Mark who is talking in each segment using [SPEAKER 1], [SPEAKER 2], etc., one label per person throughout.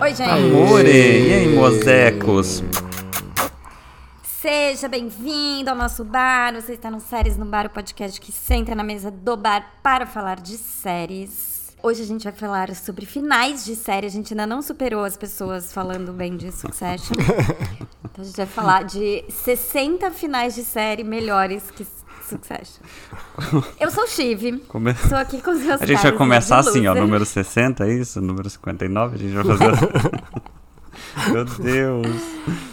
[SPEAKER 1] Oi, gente.
[SPEAKER 2] Amore! E aí, mozecos?
[SPEAKER 1] Seja bem-vindo ao nosso bar. Você está no Séries no Bar, o podcast que senta na mesa do bar para falar de séries. Hoje a gente vai falar sobre finais de série. A gente ainda não superou as pessoas falando bem de Succession. Então a gente vai falar de 60 finais de série melhores que Succession. Eu sou o Chive.
[SPEAKER 2] Come-
[SPEAKER 1] Estou aqui com os meus
[SPEAKER 2] A gente
[SPEAKER 1] pares né,
[SPEAKER 2] vai
[SPEAKER 1] de
[SPEAKER 2] começar assim, ó.
[SPEAKER 1] loser.
[SPEAKER 2] Número 60, é isso? Número 59, a gente vai fazer. Meu Deus!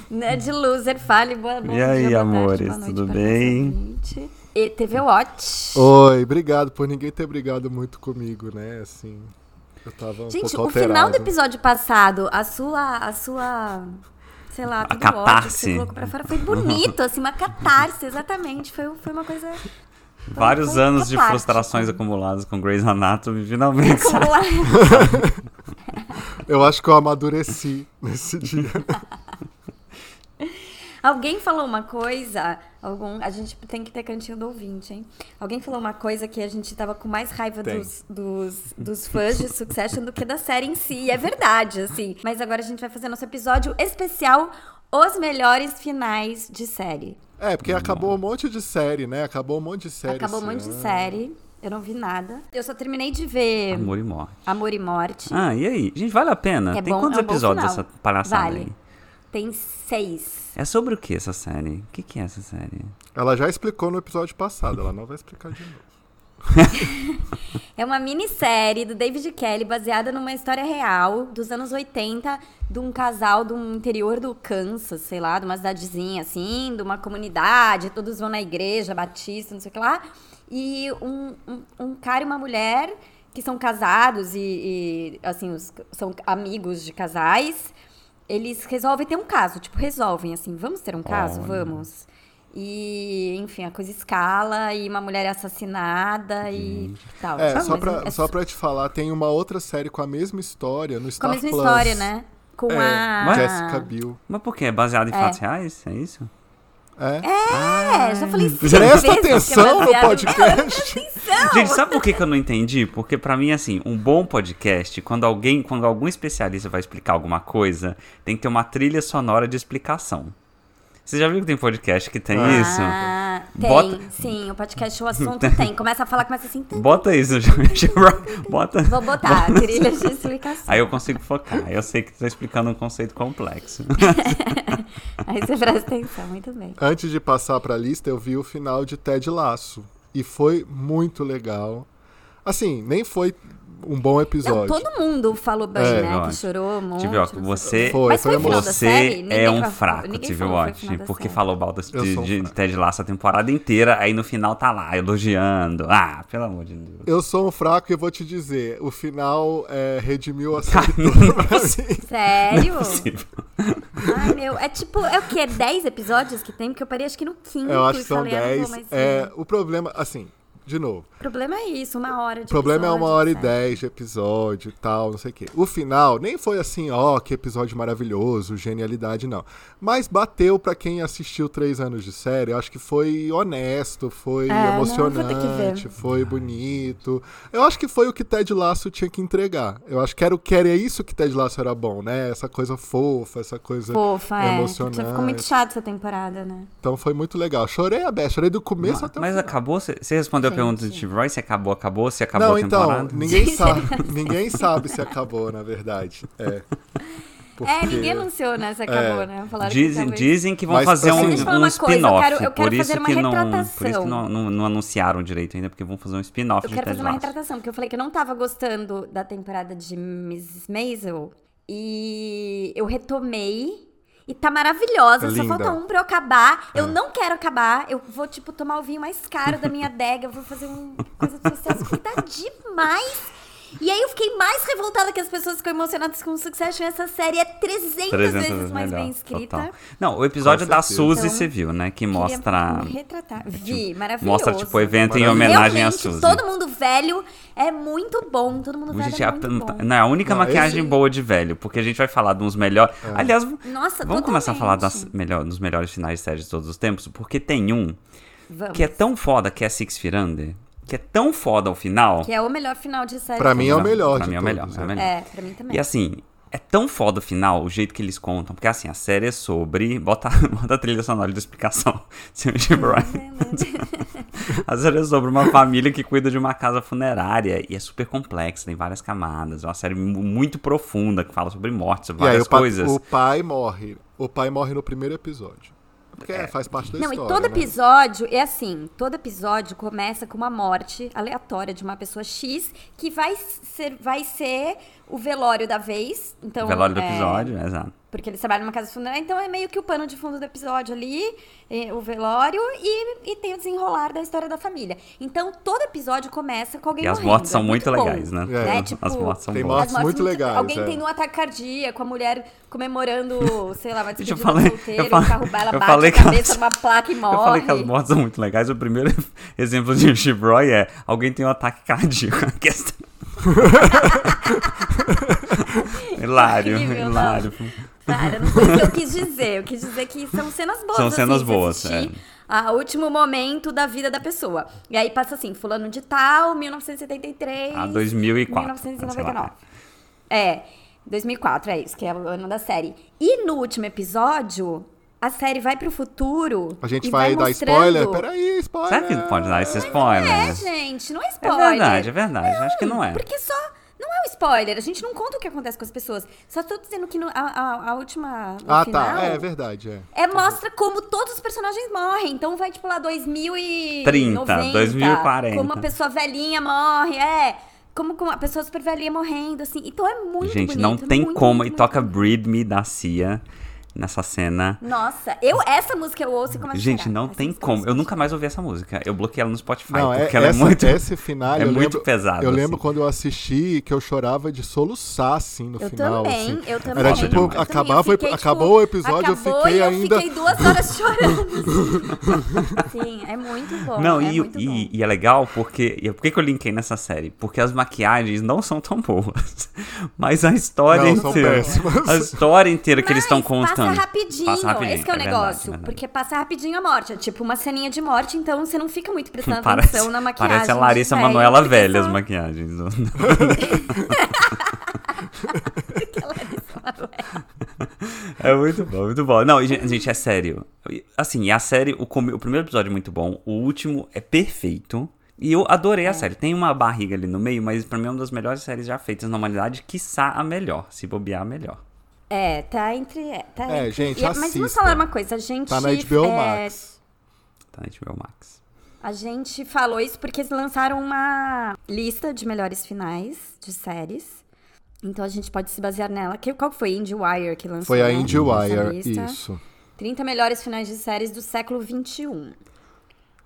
[SPEAKER 1] Né, de loser, fale, boa noite.
[SPEAKER 2] aí,
[SPEAKER 1] boa tarde,
[SPEAKER 2] amores,
[SPEAKER 1] boa noite
[SPEAKER 2] tudo
[SPEAKER 1] para você
[SPEAKER 2] bem?
[SPEAKER 1] ouvinte. E TV Watch.
[SPEAKER 3] Oi, obrigado por ninguém ter brigado muito comigo, né? Assim, eu tava um
[SPEAKER 1] Gente,
[SPEAKER 3] pouco
[SPEAKER 1] o final do
[SPEAKER 3] alterado.
[SPEAKER 1] episódio passado, a sua, a sua, sei lá, todo o ódio que
[SPEAKER 2] catarse.
[SPEAKER 1] você colocou pra fora foi bonito, assim, uma catarse, exatamente, foi, foi uma coisa... foi-
[SPEAKER 2] Vários
[SPEAKER 1] foi
[SPEAKER 2] anos de
[SPEAKER 1] catártico.
[SPEAKER 2] frustrações acumuladas com Grey's Anatomy, finalmente.
[SPEAKER 1] Como lá-
[SPEAKER 3] Eu acho que eu amadureci nesse dia.
[SPEAKER 1] Alguém falou uma coisa, algum, a gente tem que ter cantinho do ouvinte, hein? Alguém falou uma coisa que a gente tava com mais raiva
[SPEAKER 3] Tem.
[SPEAKER 1] dos, dos, dos fãs de Succession do que da série em si, e é verdade, assim. Mas agora a gente vai fazer nosso episódio especial Os Melhores Finais de Série.
[SPEAKER 3] É, porque acabou um monte de série, né? Acabou um monte de série.
[SPEAKER 1] Acabou um
[SPEAKER 3] esse
[SPEAKER 1] monte de
[SPEAKER 3] ano.
[SPEAKER 1] série. Eu não vi nada. Eu só terminei de ver Amor,
[SPEAKER 2] Amor e morte.
[SPEAKER 1] e Morte.
[SPEAKER 2] Ah, e aí? Gente, vale a pena?
[SPEAKER 1] É
[SPEAKER 2] Tem
[SPEAKER 1] bom-
[SPEAKER 2] quantos
[SPEAKER 1] é um bom
[SPEAKER 2] episódios
[SPEAKER 1] final.
[SPEAKER 2] essa palhaçada
[SPEAKER 1] Vale.
[SPEAKER 2] aí?
[SPEAKER 1] Tem seis.
[SPEAKER 2] É sobre o que essa série? O que, que é essa série?
[SPEAKER 3] Ela já explicou no episódio passado, ela não vai explicar de novo.
[SPEAKER 1] É uma minissérie do David Kelly baseada numa história real dos anos 80 de um casal do interior do Kansas, sei lá, de uma cidadezinha assim, de uma comunidade, todos vão na igreja, batista, não sei o que lá. E um, um, um cara e uma mulher que são casados e, e, assim, os- são amigos de casais, eles resolvem ter um caso, tipo, resolvem assim, vamos ter um caso?
[SPEAKER 2] Olha.
[SPEAKER 1] Vamos. E, enfim, a coisa escala e uma mulher é assassinada e tal.
[SPEAKER 3] É,
[SPEAKER 1] Sabe,
[SPEAKER 3] só
[SPEAKER 1] mas
[SPEAKER 3] pra,
[SPEAKER 1] é
[SPEAKER 3] só pra te falar, tem uma outra série com a mesma história no
[SPEAKER 1] Com
[SPEAKER 3] Star
[SPEAKER 1] a mesma
[SPEAKER 3] Plus.
[SPEAKER 1] história, né? Com
[SPEAKER 3] É,
[SPEAKER 1] a.
[SPEAKER 3] Jessica Biel.
[SPEAKER 2] Mas por quê? É baseado em
[SPEAKER 1] É.
[SPEAKER 2] fatos reais? É isso?
[SPEAKER 3] É.
[SPEAKER 1] É, já falei cinco vezes que
[SPEAKER 3] Presta
[SPEAKER 1] é
[SPEAKER 3] atenção no
[SPEAKER 1] baseado-
[SPEAKER 3] podcast.
[SPEAKER 2] Gente, sabe por que, que eu não entendi? Porque pra mim, assim, um bom podcast, quando alguém, quando algum especialista vai explicar alguma coisa, tem que ter uma trilha sonora de explicação. Você já viu que tem podcast que tem isso?
[SPEAKER 1] Ah, tem,
[SPEAKER 2] Bota-
[SPEAKER 1] sim, o podcast, o assunto tem. Começa a falar, começa assim. tum,
[SPEAKER 2] Bota isso, gente. Bota.
[SPEAKER 1] Vou botar
[SPEAKER 3] assim."
[SPEAKER 1] trilha de explicação.
[SPEAKER 2] Aí eu consigo focar. Eu sei que tá explicando um conceito complexo.
[SPEAKER 1] Aí você presta atenção, muito bem.
[SPEAKER 3] Antes de passar pra lista, eu vi o final de Ted Lasso. E foi muito legal. Assim, nem foi um bom
[SPEAKER 1] Não,
[SPEAKER 3] episódio.
[SPEAKER 1] todo mundo falou bem,
[SPEAKER 3] É,
[SPEAKER 1] né?
[SPEAKER 2] ótimo.
[SPEAKER 1] Que chorou muito.
[SPEAKER 2] Tive, ó,
[SPEAKER 1] não sei
[SPEAKER 2] você,
[SPEAKER 3] Foi,
[SPEAKER 1] Mas foi o final da série?
[SPEAKER 2] você
[SPEAKER 1] Ninguém
[SPEAKER 2] é um
[SPEAKER 1] vai-
[SPEAKER 2] fraco,
[SPEAKER 1] ninguém
[SPEAKER 2] TV
[SPEAKER 1] falou que foi o
[SPEAKER 2] Watch,
[SPEAKER 1] final da
[SPEAKER 2] porque
[SPEAKER 1] série.
[SPEAKER 2] falou mal das-
[SPEAKER 3] Eu
[SPEAKER 2] de,
[SPEAKER 3] sou um
[SPEAKER 2] de
[SPEAKER 3] fraco.
[SPEAKER 2] Ted Lasso a temporada inteira, aí no final tá lá elogiando. Ah, pelo amor de Deus.
[SPEAKER 3] Eu sou um fraco e vou te dizer, o final é, redimiu a série toda pra mim.
[SPEAKER 1] Sério?
[SPEAKER 2] Possível.
[SPEAKER 1] Ai, meu. É tipo, é o quê? 10 episódios que tem? Porque eu parei acho que no 15.
[SPEAKER 3] Eu acho que são
[SPEAKER 1] falei, ah, não vou
[SPEAKER 3] 10.
[SPEAKER 1] mais ver.
[SPEAKER 3] É, o problema, assim, de novo,
[SPEAKER 1] O problema é isso, uma hora de
[SPEAKER 3] o problema é uma hora e
[SPEAKER 1] episódio,
[SPEAKER 3] dez de episódio e tal, não sei o quê. O final nem foi assim, ó, que episódio maravilhoso, genialidade, não. Mas bateu pra quem assistiu três anos de série, eu acho que foi honesto, foi
[SPEAKER 1] É, não, eu vou ter que ver.
[SPEAKER 3] emocionante, foi bonito. Eu acho que foi o que Ted Lasso tinha que entregar. Eu acho que era, o que era isso que Ted Lasso era bom, né? Essa coisa fofa, essa coisa
[SPEAKER 1] Fofa, é.
[SPEAKER 3] emocionante.
[SPEAKER 1] Já Ficou muito chato essa temporada, né?
[SPEAKER 3] Então foi muito legal. Chorei a beça, chorei do começo até o
[SPEAKER 2] Mas
[SPEAKER 3] final.
[SPEAKER 2] acabou? Você você respondeu a pergunta do Steve Roy? Se acabou, acabou? Se acabou
[SPEAKER 3] Não,
[SPEAKER 2] a
[SPEAKER 3] então,
[SPEAKER 2] temporada?
[SPEAKER 3] ninguém sabe, ninguém sabe se acabou, na verdade. É.
[SPEAKER 1] É,
[SPEAKER 3] Porque-
[SPEAKER 1] ninguém anunciou, né?
[SPEAKER 3] É.
[SPEAKER 1] Se acabou, né? Falaram
[SPEAKER 2] Dizem,
[SPEAKER 1] que talvez-
[SPEAKER 2] dizem que vão
[SPEAKER 3] Mas,
[SPEAKER 2] fazer
[SPEAKER 3] assim,
[SPEAKER 2] um,
[SPEAKER 3] Deixa eu
[SPEAKER 1] falar
[SPEAKER 2] um
[SPEAKER 1] uma coisa, eu
[SPEAKER 2] spin-off.
[SPEAKER 1] quero- eu
[SPEAKER 2] por
[SPEAKER 1] quero
[SPEAKER 2] isso
[SPEAKER 1] fazer uma
[SPEAKER 2] que, não, por isso
[SPEAKER 1] retratação.
[SPEAKER 2] que não, não, não anunciaram direito ainda, porque vão fazer um spin-off
[SPEAKER 1] Eu
[SPEAKER 2] de
[SPEAKER 1] quero
[SPEAKER 2] Ted
[SPEAKER 1] fazer uma
[SPEAKER 2] Lasso.
[SPEAKER 1] retratação, porque eu falei que eu não tava gostando da temporada de Mrs. Maisel. E eu retomei. E tá maravilhosa, só
[SPEAKER 3] Linda.
[SPEAKER 1] falta um pra eu acabar.
[SPEAKER 2] É.
[SPEAKER 1] Eu não quero acabar. Eu vou, tipo, tomar o vinho mais caro da minha adega. Eu vou fazer uma coisa de sucesso que tá demais. E aí eu fiquei mais revoltada que as pessoas ficam emocionadas com o sucesso. Essa série é 300,
[SPEAKER 2] 300
[SPEAKER 1] vezes
[SPEAKER 2] vezes
[SPEAKER 1] mais
[SPEAKER 2] melhor,
[SPEAKER 1] bem escrita.
[SPEAKER 2] total. Não, o episódio
[SPEAKER 3] Com
[SPEAKER 2] da
[SPEAKER 3] certeza.
[SPEAKER 2] Suzy
[SPEAKER 1] Então,
[SPEAKER 2] você viu, né? Que
[SPEAKER 1] Queria
[SPEAKER 2] mostra,
[SPEAKER 1] me retratar. Vi, maravilhoso.
[SPEAKER 2] mostra tipo, o evento em
[SPEAKER 3] Maravilhoso.
[SPEAKER 2] homenagem à
[SPEAKER 1] Realmente,
[SPEAKER 2] Suzy.
[SPEAKER 1] Todo mundo velho é muito bom. Todo mundo velho
[SPEAKER 2] Gente,
[SPEAKER 1] é,
[SPEAKER 2] a-
[SPEAKER 1] muito bom.
[SPEAKER 2] não, é a única
[SPEAKER 3] Não,
[SPEAKER 2] maquiagem
[SPEAKER 3] esse-
[SPEAKER 2] boa de velho, porque a gente vai falar de uns melhores. Aliás,
[SPEAKER 1] Nossa,
[SPEAKER 2] vamos começar a falar das
[SPEAKER 1] totalmente.
[SPEAKER 2] melhor, dos melhores finais de série de todos os tempos, porque tem um
[SPEAKER 1] Vamos.
[SPEAKER 2] que é tão foda que é Six Feet Under, que é tão foda ao final.
[SPEAKER 1] Que é o melhor final de série.
[SPEAKER 3] Pra mim é o
[SPEAKER 2] Não,
[SPEAKER 3] melhor
[SPEAKER 2] Pra
[SPEAKER 3] de
[SPEAKER 2] mim é o
[SPEAKER 3] todos,
[SPEAKER 2] melhor, é o
[SPEAKER 3] né?
[SPEAKER 2] melhor.
[SPEAKER 1] É, pra mim também.
[SPEAKER 2] E assim, É tão foda o final, o jeito que eles contam, porque assim, a série é sobre. Bota, bota a trilha sonora da explicação, Sr.
[SPEAKER 1] É.
[SPEAKER 2] Jim Ryan. a série é sobre uma família que cuida de uma casa funerária e é super complexa, tem várias camadas. É uma série mu- muito profunda que fala sobre morte, sobre
[SPEAKER 3] E aí
[SPEAKER 2] várias
[SPEAKER 3] o, pa-
[SPEAKER 2] coisas.
[SPEAKER 3] o pai morre. O pai morre no primeiro episódio. Porque é, faz parte da
[SPEAKER 1] Não, e
[SPEAKER 3] história.
[SPEAKER 1] todo
[SPEAKER 3] né?
[SPEAKER 1] episódio é assim, todo episódio começa com uma morte aleatória de uma pessoa X que vai ser, vai ser o velório da vez. Então,
[SPEAKER 2] O velório do
[SPEAKER 1] é,
[SPEAKER 2] episódio, exato.
[SPEAKER 1] Porque eles trabalham numa casa funerária, então é meio que o pano de fundo do episódio ali, eh, o velório, e, e tem o desenrolar da história da família. Então, todo episódio começa com alguém
[SPEAKER 2] E as
[SPEAKER 1] morrendo,
[SPEAKER 2] mortes são
[SPEAKER 1] é
[SPEAKER 2] muito,
[SPEAKER 1] bom,
[SPEAKER 2] legais, né?
[SPEAKER 3] É.
[SPEAKER 1] né? Tipo,
[SPEAKER 2] as mortes são
[SPEAKER 3] Tem
[SPEAKER 2] boas.
[SPEAKER 3] mortes muito legais,
[SPEAKER 1] Alguém
[SPEAKER 3] é.
[SPEAKER 1] tendo um ataque cardíaco, a mulher comemorando, sei lá, vai
[SPEAKER 2] Gente, eu
[SPEAKER 1] despedida
[SPEAKER 2] falei-
[SPEAKER 1] do solteiro,
[SPEAKER 2] eu falei-
[SPEAKER 1] o carro vai, ela
[SPEAKER 2] eu
[SPEAKER 1] bate
[SPEAKER 2] falei
[SPEAKER 1] a
[SPEAKER 2] que elas-
[SPEAKER 1] cabeça numa placa e morre.
[SPEAKER 2] Eu falei que as mortes são muito legais. O primeiro exemplo de Shibroy é alguém tem um ataque cardíaco. A questão- hilário,
[SPEAKER 1] Horrível, não.
[SPEAKER 2] hilário.
[SPEAKER 1] Cara, não sei o que eu quis dizer. Eu quis dizer que são cenas boas.
[SPEAKER 2] São cenas
[SPEAKER 1] assim, você
[SPEAKER 2] boas, é.
[SPEAKER 1] assistir A último momento da vida da pessoa. E aí passa assim, fulano de tal, 1973.
[SPEAKER 2] A 2004,
[SPEAKER 1] 1999. É, 2004 é isso, que é o ano da série. E no último episódio, a série vai pro futuro.
[SPEAKER 3] A gente
[SPEAKER 1] e
[SPEAKER 3] vai, dar
[SPEAKER 1] mostrando-
[SPEAKER 3] spoiler? Peraí, spoiler.
[SPEAKER 2] Será que pode dar esse spoiler?
[SPEAKER 1] É, gente, não é
[SPEAKER 2] É
[SPEAKER 1] spoiler.
[SPEAKER 2] verdade, é verdade. Acho que não é.
[SPEAKER 1] Porque só. Não é um spoiler, a gente não conta o que acontece com as pessoas. Só tô dizendo que no- a, a- a última. no
[SPEAKER 3] Ah,
[SPEAKER 1] final,
[SPEAKER 3] tá. É verdade, é.
[SPEAKER 1] é, mostra como todos os personagens morrem. Então vai, tipo, lá 2030,
[SPEAKER 2] 30, 2040.
[SPEAKER 1] Como uma pessoa velhinha morre, é. Como com uma pessoa super velhinha morrendo, assim. Então é muito
[SPEAKER 2] Gente,
[SPEAKER 1] bonito.
[SPEAKER 2] não
[SPEAKER 1] é
[SPEAKER 2] tem
[SPEAKER 1] muito,
[SPEAKER 2] como.
[SPEAKER 1] muito,
[SPEAKER 2] E
[SPEAKER 1] muito
[SPEAKER 2] toca Breed Me da Cia nessa cena.
[SPEAKER 1] Nossa, eu, essa música eu ouço e começo a
[SPEAKER 2] Gente,
[SPEAKER 1] chorar.
[SPEAKER 2] não
[SPEAKER 1] Essa
[SPEAKER 2] tem
[SPEAKER 1] música
[SPEAKER 2] como.
[SPEAKER 1] começo
[SPEAKER 2] Eu
[SPEAKER 1] a
[SPEAKER 2] nunca mais ouvi essa música. Eu bloqueei ela no Spotify,
[SPEAKER 3] Não, é,
[SPEAKER 2] porque ela
[SPEAKER 3] essa-
[SPEAKER 2] é muito.
[SPEAKER 3] esse final
[SPEAKER 2] é
[SPEAKER 3] eu
[SPEAKER 2] muito
[SPEAKER 3] lembro,
[SPEAKER 2] pesado,
[SPEAKER 3] Eu lembro
[SPEAKER 2] assim.
[SPEAKER 3] quando eu assisti que eu chorava de soluçar, assim, no
[SPEAKER 1] Eu
[SPEAKER 3] final.
[SPEAKER 1] também,
[SPEAKER 3] assim.
[SPEAKER 1] eu também.
[SPEAKER 3] Era tipo,
[SPEAKER 1] eu também.
[SPEAKER 3] acabava,
[SPEAKER 1] Eu fiquei, tipo,
[SPEAKER 3] acabou o episódio,
[SPEAKER 1] acabou
[SPEAKER 3] eu fiquei
[SPEAKER 1] e
[SPEAKER 3] ainda.
[SPEAKER 1] Eu fiquei duas horas chorando. Sim, é muito bom.
[SPEAKER 2] Não,
[SPEAKER 1] é
[SPEAKER 2] e,
[SPEAKER 1] muito bom.
[SPEAKER 2] e, e é legal porque. e Por que, que eu linkei nessa série? Porque as maquiagens não são tão boas. Mas a história
[SPEAKER 3] Não, são
[SPEAKER 2] inteira.
[SPEAKER 3] péssimas.
[SPEAKER 2] A história inteira que eles estão
[SPEAKER 1] Mas
[SPEAKER 2] contando.
[SPEAKER 1] Passa rapidinho,
[SPEAKER 2] Passa rapidinho,
[SPEAKER 1] esse que é o
[SPEAKER 2] é verdade,
[SPEAKER 1] negócio.
[SPEAKER 2] é verdade.
[SPEAKER 1] Porque passa rapidinho a morte. É tipo uma ceninha de morte, então você não fica muito prestando
[SPEAKER 2] Parece,
[SPEAKER 1] atenção na maquiagem.
[SPEAKER 2] parece a
[SPEAKER 1] de
[SPEAKER 2] Larissa
[SPEAKER 1] velho,
[SPEAKER 2] Manoela
[SPEAKER 1] porque
[SPEAKER 2] velha as
[SPEAKER 1] só-
[SPEAKER 2] maquiagens.
[SPEAKER 1] porque a Larissa Manoela-
[SPEAKER 2] É muito bom, muito bom. Não, e, gen- gente, é sério. Assim, e a série, o, come- o primeiro episódio é muito bom, o último é perfeito. E eu adorei
[SPEAKER 1] É.
[SPEAKER 2] a série. Tem uma barriga ali no meio, mas pra mim é uma das melhores séries já feitas na humanidade, quiçá a melhor, se bobear a melhor.
[SPEAKER 1] É, tá entre. é, Tá
[SPEAKER 3] É,
[SPEAKER 1] entre-
[SPEAKER 3] gente,
[SPEAKER 1] e- Mas vamos
[SPEAKER 3] assista.
[SPEAKER 1] falar uma coisa, a gente.
[SPEAKER 3] Tá na HBO
[SPEAKER 1] é,
[SPEAKER 3] Max.
[SPEAKER 2] Tá, gente, meu Max.
[SPEAKER 1] A gente falou isso porque eles lançaram uma lista de melhores finais de séries. Então a gente pode se basear nela. Que, qual foi? IndieWire que lançou?
[SPEAKER 3] Foi a
[SPEAKER 1] né? Essa
[SPEAKER 3] IndieWire,
[SPEAKER 1] lista.
[SPEAKER 3] isso.
[SPEAKER 1] 30 melhores finais de séries do século um. XXI.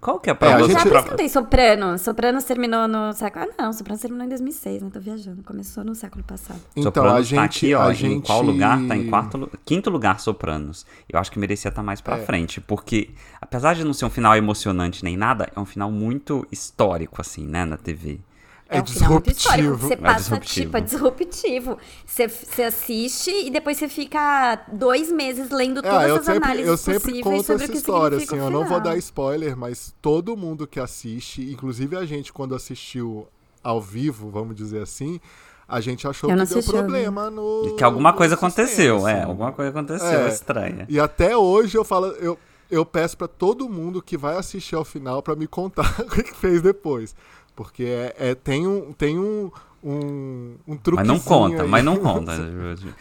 [SPEAKER 2] Qual que é a
[SPEAKER 3] É, a
[SPEAKER 2] pra
[SPEAKER 1] Já
[SPEAKER 3] gente-
[SPEAKER 2] você?
[SPEAKER 1] por isso que
[SPEAKER 2] pra-
[SPEAKER 1] não tem Soprano. Sopranos terminou no século... Ah, não. Sopranos terminou em 2006, né? Tô viajando. Começou no século passado.
[SPEAKER 3] Então,
[SPEAKER 2] Sopranos
[SPEAKER 3] a gente.
[SPEAKER 2] tá aqui, ó,
[SPEAKER 3] a
[SPEAKER 2] em
[SPEAKER 3] gente...
[SPEAKER 2] qual lugar? Tá em quarto, lu- quinto lugar Sopranos. Eu acho que merecia estar mais
[SPEAKER 3] É.
[SPEAKER 2] pra frente, porque apesar de não ser um final emocionante nem nada, é um final muito histórico, assim, né, na TV.
[SPEAKER 3] É
[SPEAKER 1] um final muito histórico.
[SPEAKER 3] disruptivo.
[SPEAKER 1] Você passa,
[SPEAKER 2] disruptivo.
[SPEAKER 1] tipo, é disruptivo. Você, você assiste e depois você fica dois meses lendo
[SPEAKER 3] É,
[SPEAKER 1] todas
[SPEAKER 3] eu
[SPEAKER 1] as
[SPEAKER 3] sempre,
[SPEAKER 1] análises
[SPEAKER 3] eu sempre
[SPEAKER 1] possíveis
[SPEAKER 3] conto
[SPEAKER 1] sobre o
[SPEAKER 3] essa
[SPEAKER 1] que
[SPEAKER 3] história, assim,
[SPEAKER 1] significa
[SPEAKER 3] eu
[SPEAKER 1] o
[SPEAKER 3] não vou
[SPEAKER 1] final. É,
[SPEAKER 3] dar spoiler, mas todo mundo que assiste, inclusive a gente quando assistiu ao vivo, vamos dizer assim, a gente achou
[SPEAKER 1] Eu não
[SPEAKER 3] que deu
[SPEAKER 1] assisti ao
[SPEAKER 3] problema no...
[SPEAKER 2] E que alguma
[SPEAKER 3] no
[SPEAKER 2] coisa
[SPEAKER 3] sistema,
[SPEAKER 2] aconteceu, é.
[SPEAKER 3] assim.
[SPEAKER 2] Alguma coisa aconteceu
[SPEAKER 3] É.
[SPEAKER 2] estranha.
[SPEAKER 3] E até hoje eu falo, eu, eu peço pra todo mundo que vai assistir ao final pra me contar o que que fez depois, porque é, é- tem um tem um um, um
[SPEAKER 2] Mas não
[SPEAKER 3] truquezinho
[SPEAKER 2] conta,
[SPEAKER 3] aí.
[SPEAKER 2] mas não conta.